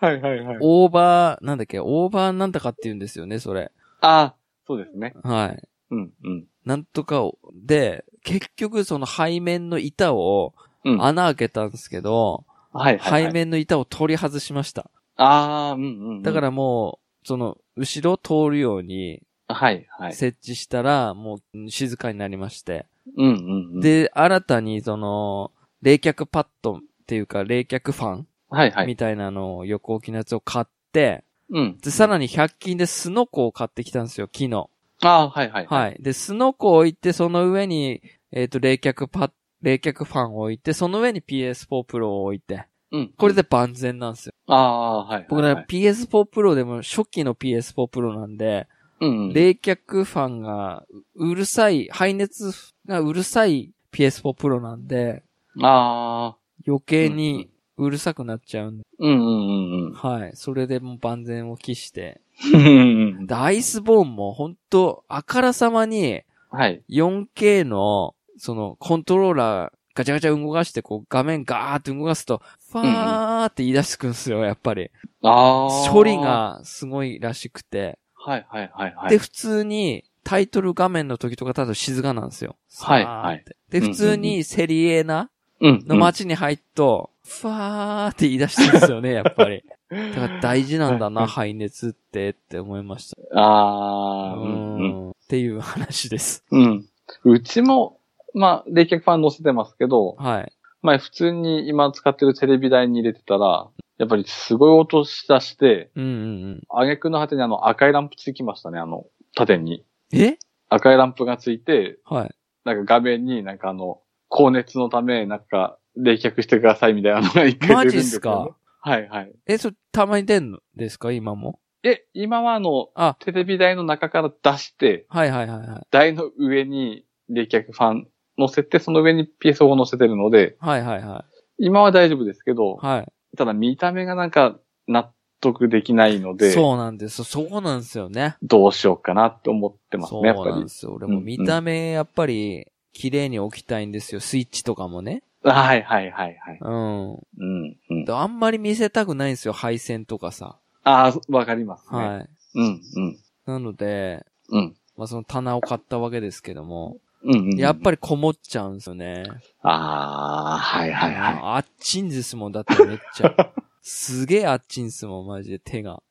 S2: はいはいはい。
S1: オーバー、なんだっけ、オーバーなんだかって言うんですよね、それ。
S2: あそうですね。
S1: はい。
S2: うん、うん。
S1: なんとかを、で、結局その背面の板を
S2: うん。はい
S1: 穴開けたんですけど、
S2: はい、はい。
S1: 背。面の板を取り外しました。
S2: ああ、うん、うんうん。
S1: だからもう、その、後ろ通るように
S2: ら、はい、はい。
S1: 設置したら、もううん静かになりまして。
S2: うん、うんうん。、
S1: で、新たにその、冷却パッドっていうか冷却ファン
S2: はい、はい。
S1: みたいなのを横置きのやつを買って、
S2: うん。
S1: で、さらに100均でスノコを買ってきたんですよ、木の。
S2: ああ、はい、はい。
S1: はい。で、スノコを置いて、その上に、えっ、と、冷却パッ、冷却ファンを置いて、その上に PS4 Pro を置いて、
S2: うん。
S1: これ。で万全なんですよ。
S2: ああ、はい。はい
S1: 僕ね、
S2: はい
S1: PS4 Pro でも初期の PS4 Pro なんで、
S2: うん。うん、
S1: 冷却ファンがうるさい、排熱がうるさい PS4 Pro なんで、
S2: ああ、
S1: 余計にうるさくなっちゃうんで、
S2: うん、うん、うん
S1: はい。それでもう万全を期して、
S2: うん。
S1: で、アイスボーンも本当あからさまに
S2: はい。
S1: 4K の、その、コントローラーガチャガチャ動かして、こう、画面ガーって動かすと、ファーって言い出してくるんですよ、やっぱり。
S2: ああ。
S1: 処理。がすごいらしくて。
S2: はい、はい、はい、はい。
S1: で、普通に、タイトル画面の時とか、ただ静かなんですよ。
S2: はい
S1: さーってで、
S2: うんうん
S1: 普
S2: うん
S1: 通にセリエーナ
S2: うん、
S1: の街に入っと、ファーって言い出してるんです
S2: *laughs*
S1: よね、やっぱり。だから大事なんだな、
S2: うん
S1: 排熱ってって思いました。
S2: ああ、
S1: う
S2: うん、うん。
S1: ん。っていう話です。
S2: うん。うちも、まあ、冷却ファン載せてますけど、
S1: はい。
S2: まあ、普通に今使ってるテレビ台に入れてたら、やっぱりすごい音しだして、
S1: うんうんうん。
S2: 挙句の果てにあの赤いランプつきましたね、あの、縦に。
S1: え
S2: 赤いランプがついて、
S1: はい。
S2: なんか画面になんかあの、高熱のため、なんか冷却してくださいみたいなのが一回出るん
S1: *laughs* マジ
S2: で
S1: っ
S2: す
S1: す
S2: けど
S1: か
S2: はいはい。
S1: え、それ、たまに出んのですか今も。
S2: で、今はあの、
S1: あ、
S2: テレビ台の中から出して、
S1: はいはいはいはい。
S2: 台の上に冷却ファン乗せて、その上に PSO を乗せてるので、
S1: はいはいは
S2: 今は大丈夫ですけど、
S1: い。はい。
S2: ただ見た目がなんか納得できないので、
S1: そうなんです。そうなんですよね。
S2: どうしようかなって思ってます
S1: そう
S2: ね、やっぱ
S1: なん
S2: り
S1: で。すよ。俺も見た目、やっぱり、綺麗に置きたいんですよ。スイッチとかもね。
S2: はいはいはいはい。
S1: うん。
S2: うん、うん
S1: で。あんまり見せたくないんですよ。配線とかさ。
S2: ああ、わかりますね。
S1: はい。
S2: うん、うん、
S1: なので、
S2: うん。
S1: まあ、その棚を買ったわけですけども、
S2: うん、うん。
S1: やっ
S2: り。
S1: ぱりこもっちゃうんですよね。
S2: ああ、はいはいはい。
S1: あっちいんですもん、だってめっち
S2: *laughs*
S1: ゃ。すげえあっちいんですもん、マジで手が。
S2: あ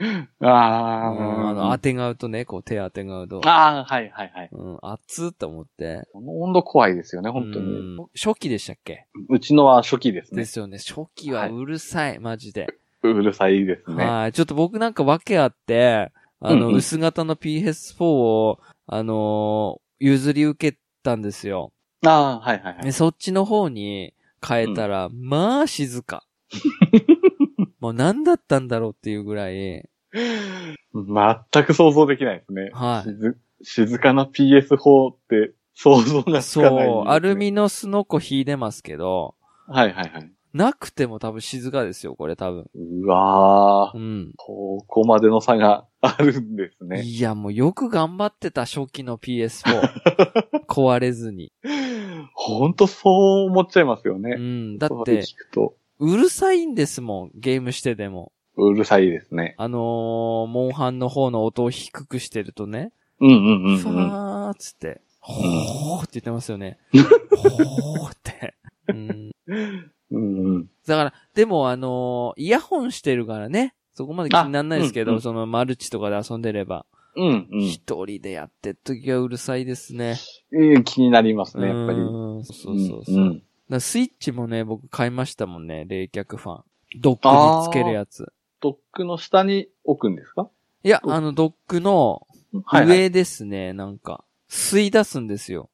S2: あ、
S1: うんあの、当
S2: あ
S1: てがうとね、こう手当てがうと。
S2: あー、はいはいはい。
S1: うん、熱って思って。
S2: この温度怖いですよね、本当に。
S1: うん初期でしたっけ
S2: うちのは初期です
S1: で
S2: ね。
S1: すよね。初期はうるさい、マジで。
S2: うるさいですね。
S1: はい。ちょっと僕なんか訳あって、あの、
S2: うんうん
S1: 薄型の PS4 を、あのー譲り受けたんですよ。
S2: ああ、はいはいはい
S1: で、。そっちの方に変えたら、まあ静
S2: *laughs*
S1: か。もう何だったんだろうっていうぐらい、
S2: 全く想像できないですね。
S1: は
S2: 静静かな PS4 って想像がつかない、
S1: そう、アル。ミのスノコ引いてますけど、
S2: はいはいはい。
S1: なくても多分静かですよ、これ多分。
S2: うわー、
S1: うん。
S2: ここまでの差があるんですね。
S1: いや、もうよく頑張ってた初期の PS4。壊
S2: *laughs*
S1: れずに。
S2: ほんとそう思っちゃいますよ
S1: う
S2: ね。
S1: ん。だっ
S2: そう
S1: て、
S2: 聞くと、
S1: うるさいんですもん、ゲームしてでも。
S2: うるさいですね。
S1: あのー、モンハンの方の音を低くしてるとね、
S2: うんうん
S1: フ
S2: うん、
S1: ァ
S2: うん。
S1: ーっつって、ほーって言ってますよね。ほーって。うん。
S2: うんうん、
S1: だから、でもあのーイヤホンしてるからね、そこまで気にならないですけど、
S2: あうんうん
S1: そのマルチとかで遊んでれば、
S2: うんうん
S1: 一人でやってる時はうるさいですね。
S2: うん。気になりますね、やっぱり。
S1: うんそうそうそう。
S2: ん
S1: だか
S2: ん
S1: らスイッチもね、僕買いましたもんね、冷却ファン。ドックにつけるやつ。
S2: ドックの下に置くんですか
S1: いや、あの、ドックの
S2: はい、はい。
S1: 上ですね、なんか。吸い出すんですよ。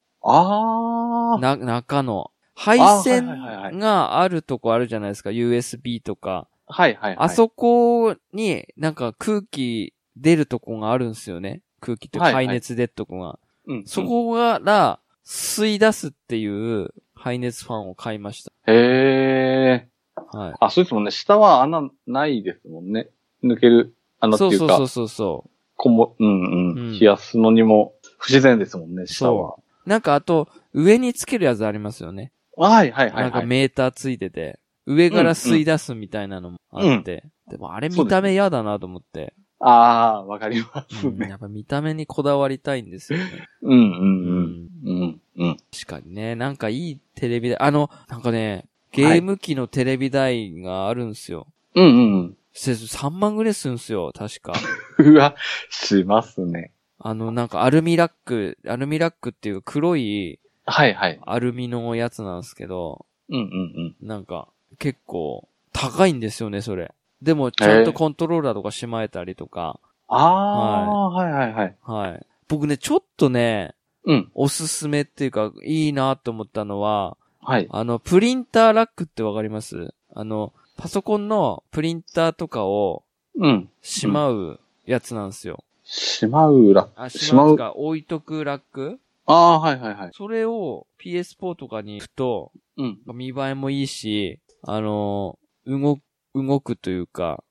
S2: あー。
S1: な、中の。配線
S2: あーはいはいはいはい
S1: があるとこあるじゃないですか、USB とか。
S2: はいはいはい。
S1: あそこになんか空気出るとこがあるんですよね。空気っていうか
S2: はいはい
S1: 排熱出るとこが。
S2: うんうん
S1: そこから吸い出すっていう排熱ファンを買いまし
S2: へえ。
S1: た。はい。
S2: あ、そうですもんね。下は穴ないですもんね。抜ける穴って
S1: そ
S2: いううか、
S1: そうそうそうそ
S2: こも、うんうん。
S1: うん
S2: 冷やすのにも不自然ですもんね、下は。
S1: う。なんかあと、上につけるやつありますよね。
S2: はいはいはい、
S1: なん
S2: は
S1: か
S2: い。
S1: メーターついてて、上から吸い出すみたいなのもあって。でもあれ見た目嫌だなと思って。
S2: ああー、わかります
S1: うん
S2: ね。
S1: やっぱ見た目にこだわりたいんですよね。
S2: うんう
S1: うんん
S2: うん。うんうん。
S1: 確かにね、なんかいいテレビ台、あの、なんかね、ゲーム機のテレビ台があるんすよ。
S2: うんうん
S1: せ3万ぐらいするんすよ、確か。
S2: うん。うわ、しますね。
S1: あの、なんかアルミラック、アルミラックっていう黒い
S2: はいはい。
S1: アルミのやつなんですけど、
S2: うんうん
S1: なんか結構高いんですよね、それ。でもちゃんとコントローラーとかしまえたりとか、
S2: うん。ああー、はい、はいはい。
S1: はい。僕ね、ちょっとね、
S2: うん。
S1: おすすめっていうか、いいなと思ったのは、
S2: はい。
S1: あの、プリンターラックってわかりますあの、パソコンのプリンターとかを
S2: うん。
S1: しまうやつなんですよ。
S2: しまうら。
S1: あ、し
S2: し
S1: ま
S2: ま
S1: う
S2: う
S1: とか置いとくラック
S2: ああー、はいはいはい。
S1: それを PS4 とかに行くと、
S2: うん。
S1: 見栄えもいいし、あのー動、動くというか、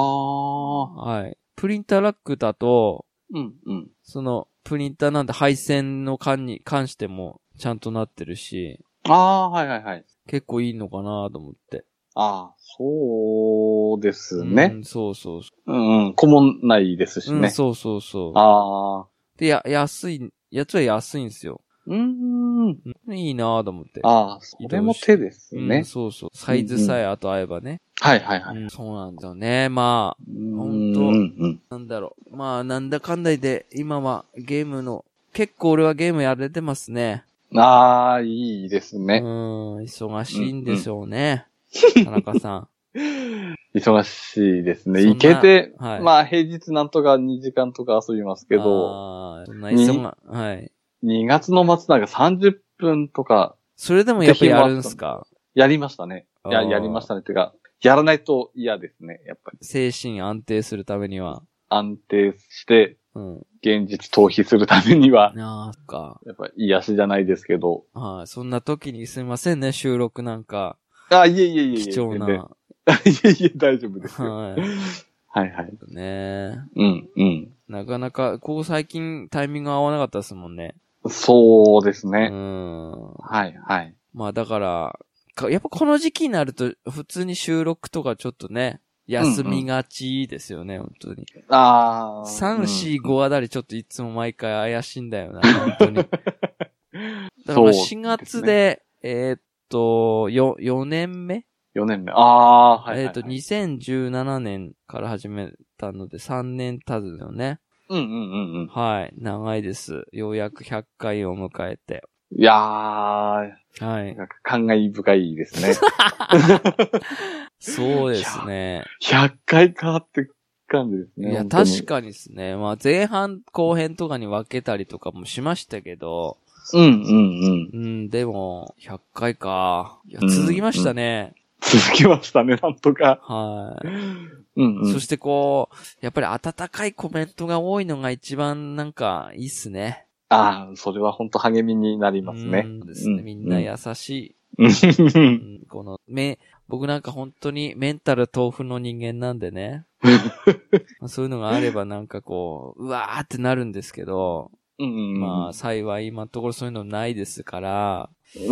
S2: ああ。
S1: はい。プリンターラックだと、
S2: うんうん。
S1: その、プリンターなんて配線の間に、関してもちゃんとなってるし、
S2: ああ、はいはいはい。
S1: 結構いいのかなと思って。
S2: ああ、そうですね
S1: う。んそうそうそ
S2: うん、うん、こもんないですし
S1: う。うん、
S2: ね。
S1: そうそうそう。
S2: ああ、
S1: で、や、安い、やつは安いんですよ。
S2: うーん、ん。
S1: いいなぁと思って。
S2: ああ、それも手です
S1: う
S2: ね
S1: ん。そうそう。サイズさえあと合えばね。
S2: はいはいはい。
S1: うんそうなんだよね。ま
S2: うん
S1: 本当
S2: うんうん。
S1: あ、なんだろう。まあ、なんだかんだ言って、今はゲームの、結構俺はゲームやれてますね。
S2: ああ、いいですね。
S1: うん、忙しいんでしょうね。田中
S2: *laughs*
S1: さ
S2: 忙しいですね。
S1: そんな
S2: 行けて、
S1: ん。はい。
S2: まあ平日なんとか2時間とか遊びますけど、
S1: あー、そんな忙が、はい。
S2: 2月の末なんか30分とか
S1: それでもやっぱやるんすか
S2: やりましたね。いや、
S1: あー
S2: やりましたね。てか、やらないと嫌ですね。やっぱり
S1: 精神安定するためには。
S2: 安定して、
S1: うん。
S2: 現実逃避するためには、
S1: なあ、そっか。
S2: やっぱ癒しじゃないですけど。
S1: はい。そんな時にすみませんね、収録なんか。
S2: あ、いえいえいえいえ。
S1: 貴重な。
S2: 全
S1: は
S2: 然 *laughs* いえいえ、大丈夫ですよ。
S1: い。
S2: はいはい。
S1: ね
S2: うん、うん。
S1: なかなか、こう最近タイミング合わなかったですもんね。
S2: そうです
S1: う
S2: ね。
S1: ん。
S2: はいはい。
S1: まあだから、かやっぱこの時期になると、普通に収録とかちょっとね、休みがちですよね、本当に。
S2: ああ。
S1: 3、4、
S2: うん
S1: 5あたりちょっといつも毎回怪しいんだよ
S2: *laughs*
S1: な、本当に。だから
S2: そうです
S1: 4
S2: ね
S1: 月で、えーっと、よ、4年目
S2: 4年目。ああ、はいはい、はい。
S1: えっ、と、2017年から始めたので3年経つよね。
S2: うんうんうんうん。
S1: はい。長いです。ようやく100回を迎えて。
S2: いやー、
S1: はい。
S2: なんか感慨深いで
S1: *laughs*
S2: すね。
S1: そうですね。
S2: 100回かって感じです
S1: い
S2: ね。
S1: や、
S2: 本当に
S1: 確。かにですね。まあ、前半後編とかに分けたりとかもしましたけど、
S2: うんうんうん。
S1: うん、でも、100回か。いや
S2: うん
S1: 続きましたね。
S2: 続きましたね、なんとか。
S1: はい。
S2: うんうん。
S1: そしてこう、やっぱり温かいコメントが多いのが一番なんかいいっすね。
S2: ああ、それは本当励みになります
S1: う
S2: ね。
S1: んですね。
S2: うん
S1: みんな優しい。
S2: *laughs* うん
S1: うんこの、め、僕なんか本当にメンタル豆腐の人間なんで
S2: *laughs*
S1: ね。そういうのがあればなんかこう、うわーってなるんですけど、
S2: うん。
S1: まあ幸い今のところそういうのないですから、
S2: あ、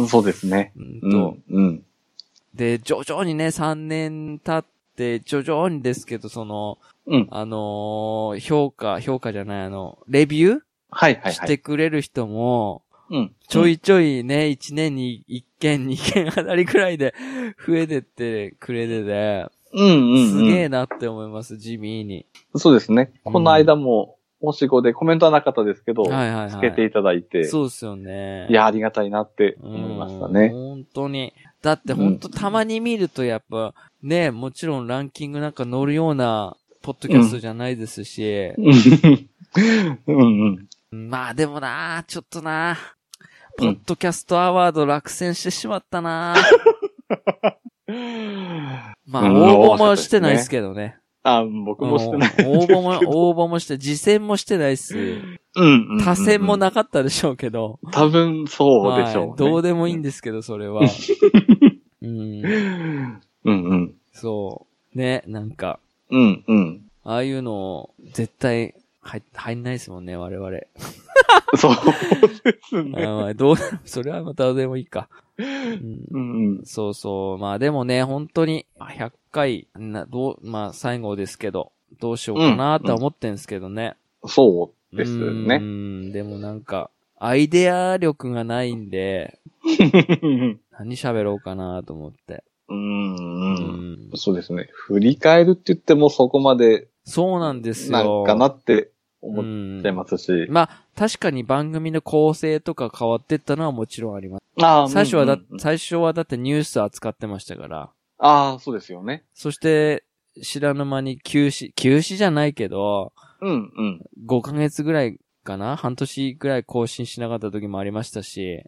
S2: そうですね。
S1: うん
S2: う
S1: と
S2: ん。うん。
S1: で、徐々にね、3年経って、徐々にですけど、その、
S2: うん。
S1: あのー評価、評価じゃない、あの、レビュ
S2: はいは
S1: ー
S2: い
S1: し
S2: は
S1: て
S2: い。
S1: くれる人も、
S2: うん。
S1: ちょいちょいね、1年に1件、2件あたりくらいで *laughs* 増えてってくれてて、
S2: うんうん。
S1: すげえ
S2: え。
S1: なって思います、地味に。
S2: そうですね。
S1: うん
S2: この間も、もしごでコメントはなかったですけど、
S1: はいはいはい
S2: つけていただいて、
S1: そうですよね。
S2: い、や、ありがたいなって
S1: うん
S2: 思いましたね。
S1: 本当に。だって本当たまに見るとやっぱ、ね、もちろんランキングなんか乗るような、ポッドキャストじゃないですし、
S2: うんうん。
S1: まあでもなあちょっとなあポッドキャストアワード落選してしまった
S2: *laughs*
S1: なあまあ、
S2: うん
S1: 応募もしてないですけどね。
S2: あ、僕もしてない。
S1: うん応募も、応募もして、次戦もしてないし、
S2: うんうんうんうん
S1: 他戦もなかったでしょうけど。
S2: 多分そうでしょう、ね
S1: はい。どうでもいいんですけど、そ
S2: *laughs*
S1: れは。うん。
S2: うんうん。
S1: そう。ね、なんか、
S2: うんうん。
S1: ああいうのを絶対入入んないですもんね、我
S2: *laughs*
S1: 々。
S2: そうです
S1: あ
S2: ね。
S1: ーまあどう、それはまたどうでもいいか。うん
S2: うんうん。
S1: そうそう。まあでもね、本当に、あ100回、な、どう、まあ最後ですけど、どうしようかなとは思ってんですけどね。
S2: そうです
S1: う
S2: ね。
S1: ん、でもなんか、アイデア力がないんで、何喋ろうかなと思って。
S2: うん
S1: う
S2: うん。
S1: ん
S2: そうですね。振り返るって言ってもそこまで
S1: そうなんです
S2: な
S1: よ。
S2: んかなって
S1: う
S2: 思っ
S1: ん
S2: ちゃいますし。
S1: まあ、確かに番組の構成とか変わってったのはもちろんあります。
S2: あー
S1: 最初はだ、
S2: うんうん
S1: 最初はだってニュース扱ってましたから。
S2: ああ、そうですよね。
S1: そして、知らぬ間に休止、休止じゃないけど、
S2: うんうん。
S1: 5ヶ月ぐらいかな半年ぐらい更新しなかった時もありましたし、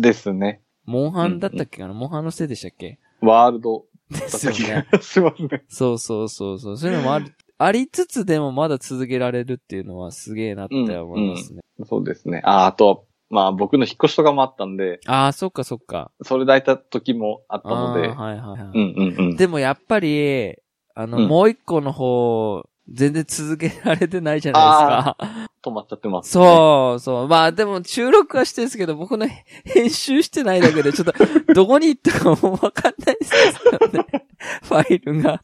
S2: ですね。
S1: モンハンだったっけかな、モンハンのせいでしたっけ
S2: ワールド
S1: で
S2: だっ
S1: す
S2: た
S1: よ
S2: 気
S1: ね。
S2: がしますね。
S1: そうそうそうそう。そういうのもある、ありつつでもまだ続けられるっていうのはすげえなって思いますね。
S2: そうですね。ああ、あと、まあ僕の引っ越しとかもあったんで、
S1: ああ、そっかそっか。
S2: それ抱いた時もあったので
S1: あー、はいはいはい。
S2: うんうんうん。
S1: でもやっぱり、あの、
S2: うん
S1: もう一個の方、全然続けられてないじゃないですか。
S2: 止まっちゃってます、
S1: そう、そう。まあでも収録はしてるんですけど、僕のへ編集してないだけで、ちょっ
S2: *laughs*
S1: と、どこに行ったかもわかんないですよね。ファイルが。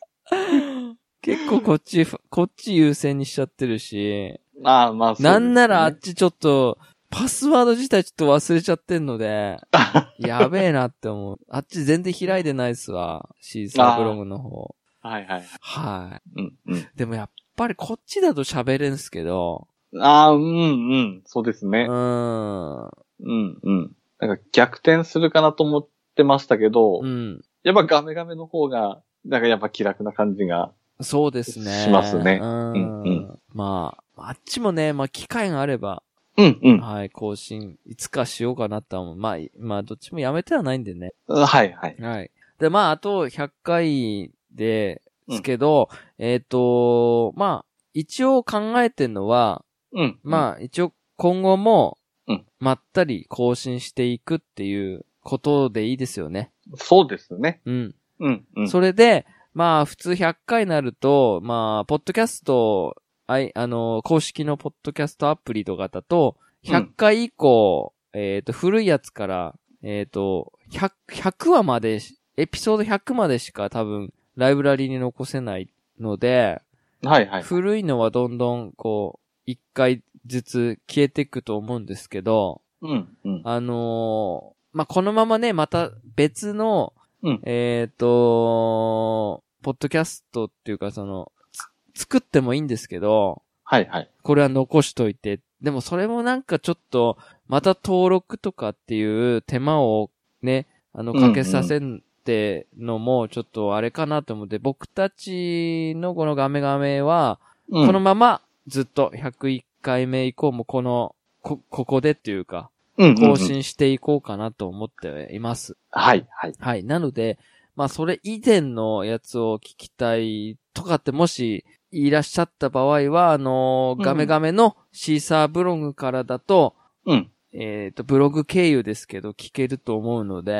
S1: 結構こっち、こっち優先にしちゃってるし、
S2: ああ、まあそうですね、
S1: なんならあっちちょっと、パスワード自体ちょっと忘れちゃってんので、
S2: *laughs*
S1: やべえなって思う。あっち全然開いてないっすわ。シーサーブログの方。
S2: はいはい。
S1: は
S2: うん、うん。
S1: い。でもやっぱりこっちだと喋れんすけど、
S2: ああ、うん、うん。そうです
S1: う
S2: ね。
S1: ーん。
S2: うん、うん。なんか逆転するかなと思ってましたけど、
S1: うん。
S2: やっぱガメガメの方が、なんかやっぱ気楽な感じが。
S1: そうですね。
S2: しますね
S1: う
S2: うんうんん。
S1: まあ、あっちもね、まあ機会があれば、
S2: うん、うん。
S1: はい、更新、いつかしようかなとは思う。まあ、まあ、どっちもやめてはないんでね。
S2: はい、はい。
S1: はい。で、まあ、あと100回ですけど、えっ、と、まあ、一応考えてんのは、
S2: うん。
S1: まあ、一応今後も
S2: うん、
S1: まったり更新していくっていうことでいいですよね。
S2: あ。そうですね。
S1: うん。
S2: うん、うん。
S1: それで、まあ、普通100回になると、まあ、ポッドキャスト、あい、あの、公式のポッドキャストアプリとかだと、100回以降、えっ、と、古いやつから、えっ、と、100、100話までし、エピソード100までしか多分、ライブラリに残せないので、
S2: はい、はい。
S1: 古いのはどんどん、こう、1回ずつ消えていくと思うんですけど、
S2: うん、うん。
S1: あのーまあ、このままね、また別の、
S2: うん
S1: えっ、とポッドキャストっていうかその、つ作ってもいいんですけど、
S2: はい、はい。
S1: これは残しといて。でもそれもなんかちょっと、また登録とかっていう手間をね、あの、
S2: うんうん
S1: かけさせんってのもちょっとあれかなと思って、僕たちのこのガメガメは、
S2: うん、
S1: このままずっと101回目以降もこの、こ、ここでっていうか、
S2: うん
S1: 更
S2: うんうん
S1: 新していこうかなと思っています。
S2: はい、はい。
S1: はい。なので、まあ、それ以前のやつを聞きたいとかってもし、いらっしゃった場合は、あのー
S2: うん
S1: ガメガメのシーサーブログからだと、
S2: うん。
S1: えっ、と、ブログ経由ですけど、聞けると思うので、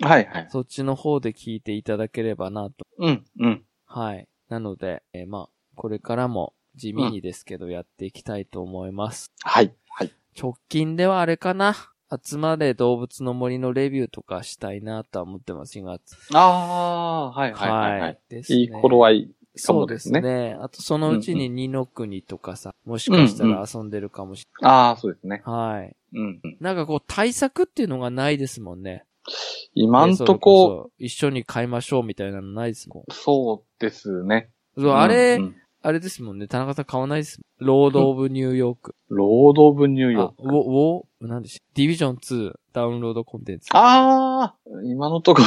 S2: はい、はい。
S1: そっちの方で聞いていただければなと。
S2: うん、うん。
S1: はい。なので、えーまあ、これからも地味にですけど、やっていきたいと思います。
S2: はい、はい。
S1: 直近ではあれかな。集まれ動物の森のレビューとかしたいなとは思ってます、4月。
S2: ああー、はい、はい、はい。はい
S1: ですね
S2: いい頃合い。か
S1: そ
S2: も
S1: うで
S2: ですすね
S1: ね。あとそのうちに二の国とかさ、もしかしたら遊んでるかもし
S2: ああ、そうですね。
S1: れない。はい。
S2: うん。うん
S1: なんかこう対策っていうのがないですもんね。
S2: 今ん
S1: ねそれ
S2: と
S1: そ
S2: こ、
S1: 一緒に買いましょうみたいなのないですもん。
S2: そうですね。
S1: そうあれ、
S2: うんうん
S1: あれですもんね。田中さん買わないですもん。ロード・オブ・ニューヨーク。
S2: ロード・オブ・ニ
S1: あ、ウ
S2: ューヨ
S1: ォ
S2: ーク。、
S1: ウォ、なんでしたディビジョン2ダウンロードコンテンツ。
S2: ああ、今のとこ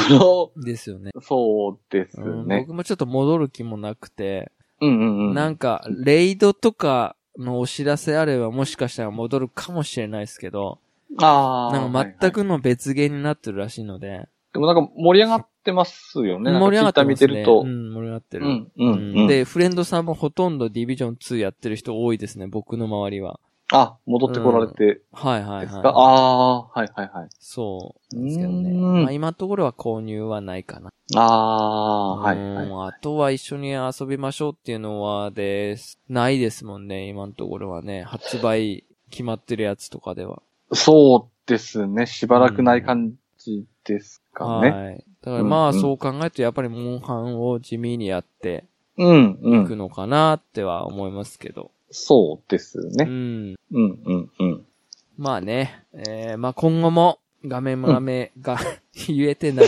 S2: ろ、
S1: ですよね。
S2: そうです
S1: うん
S2: ね。
S1: 僕もちょっと戻る気もなくて、
S2: うんうんうん。
S1: なんか、レイドとかのお知らせあればもしかしたら戻るかもしれないですけど、
S2: ああ。
S1: なんか
S2: はいは
S1: 全
S2: い
S1: くの別ゲーになってるらしいので、
S2: でもなんか盛り上がってますよね。
S1: 盛り上がって
S2: なん
S1: ま
S2: か
S1: す
S2: ツイッター見て
S1: ね。
S2: ると
S1: う。ん、盛り上がって
S2: う
S1: る。
S2: んうんうん。
S1: で、フレンドさんもほとんどディビジョン2やってる人多いですね、僕の周りは。
S2: あ、戻ってこられて
S1: はいはい
S2: ですか、
S1: はい。
S2: ああー、はいはいはい。
S1: そう。なんですけどね。
S2: うん
S1: まあ、今のところは購入はないかな。
S2: ああ、はいはい。
S1: うんあとは一緒に遊びましょうっていうのはです。ないですもんね、今のところはね。発売決まってるやつとかで
S2: *laughs*
S1: は。
S2: そうですね。しばらくない感じですかね。
S1: はい。だからまあ、
S2: うんうん
S1: そう考えるとやっぱりモンハンを地味にやって
S2: うんう
S1: いく
S2: ん。
S1: のかなっては思いますけど。
S2: そうです
S1: う
S2: ね。
S1: ん。
S2: うんうんうん。
S1: まあね、えー、まあ今後も、画面も画面が、 *laughs* 言えて
S2: *laughs*
S1: ない。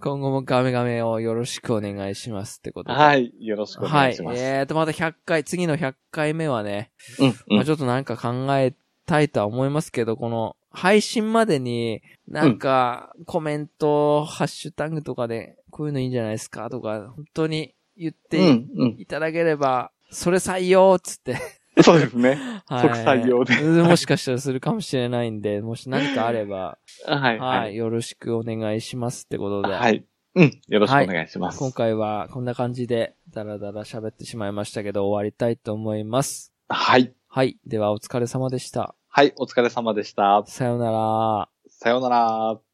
S1: 今後も画面画面をよろしくお願いしますってことで。
S2: はい。よろしくお願いし
S1: は
S2: ま
S1: い
S2: す。
S1: えーと、また100回、次の100回目はね、
S2: うん
S1: ま
S2: う
S1: あ
S2: ん。
S1: ちょっとなんか考えたいとは思いますけど、この、配信までに、なんか、コメント、ハッシュタグとかで、こういうのいいんじゃないですかとか、本当に言っ
S2: う
S1: て
S2: んうん。
S1: いただければ、それ採用っつって、
S2: そうですね。
S1: はい、
S2: *laughs* 即採用で
S1: うんもしかしたらするかもしれないんで、もし何かあれば、
S2: はい
S1: は、
S2: はいい。
S1: よろしくお願いしますってことで、
S2: はい。うん。よろしくお願いします。
S1: 今回はこんな感じでダラダラ喋ってしまいましたけど、終わりたいと思います。
S2: はい。
S1: はい、ではお疲れ様でした。
S2: はい。お疲れ様でした。
S1: さようなら。
S2: さようなら。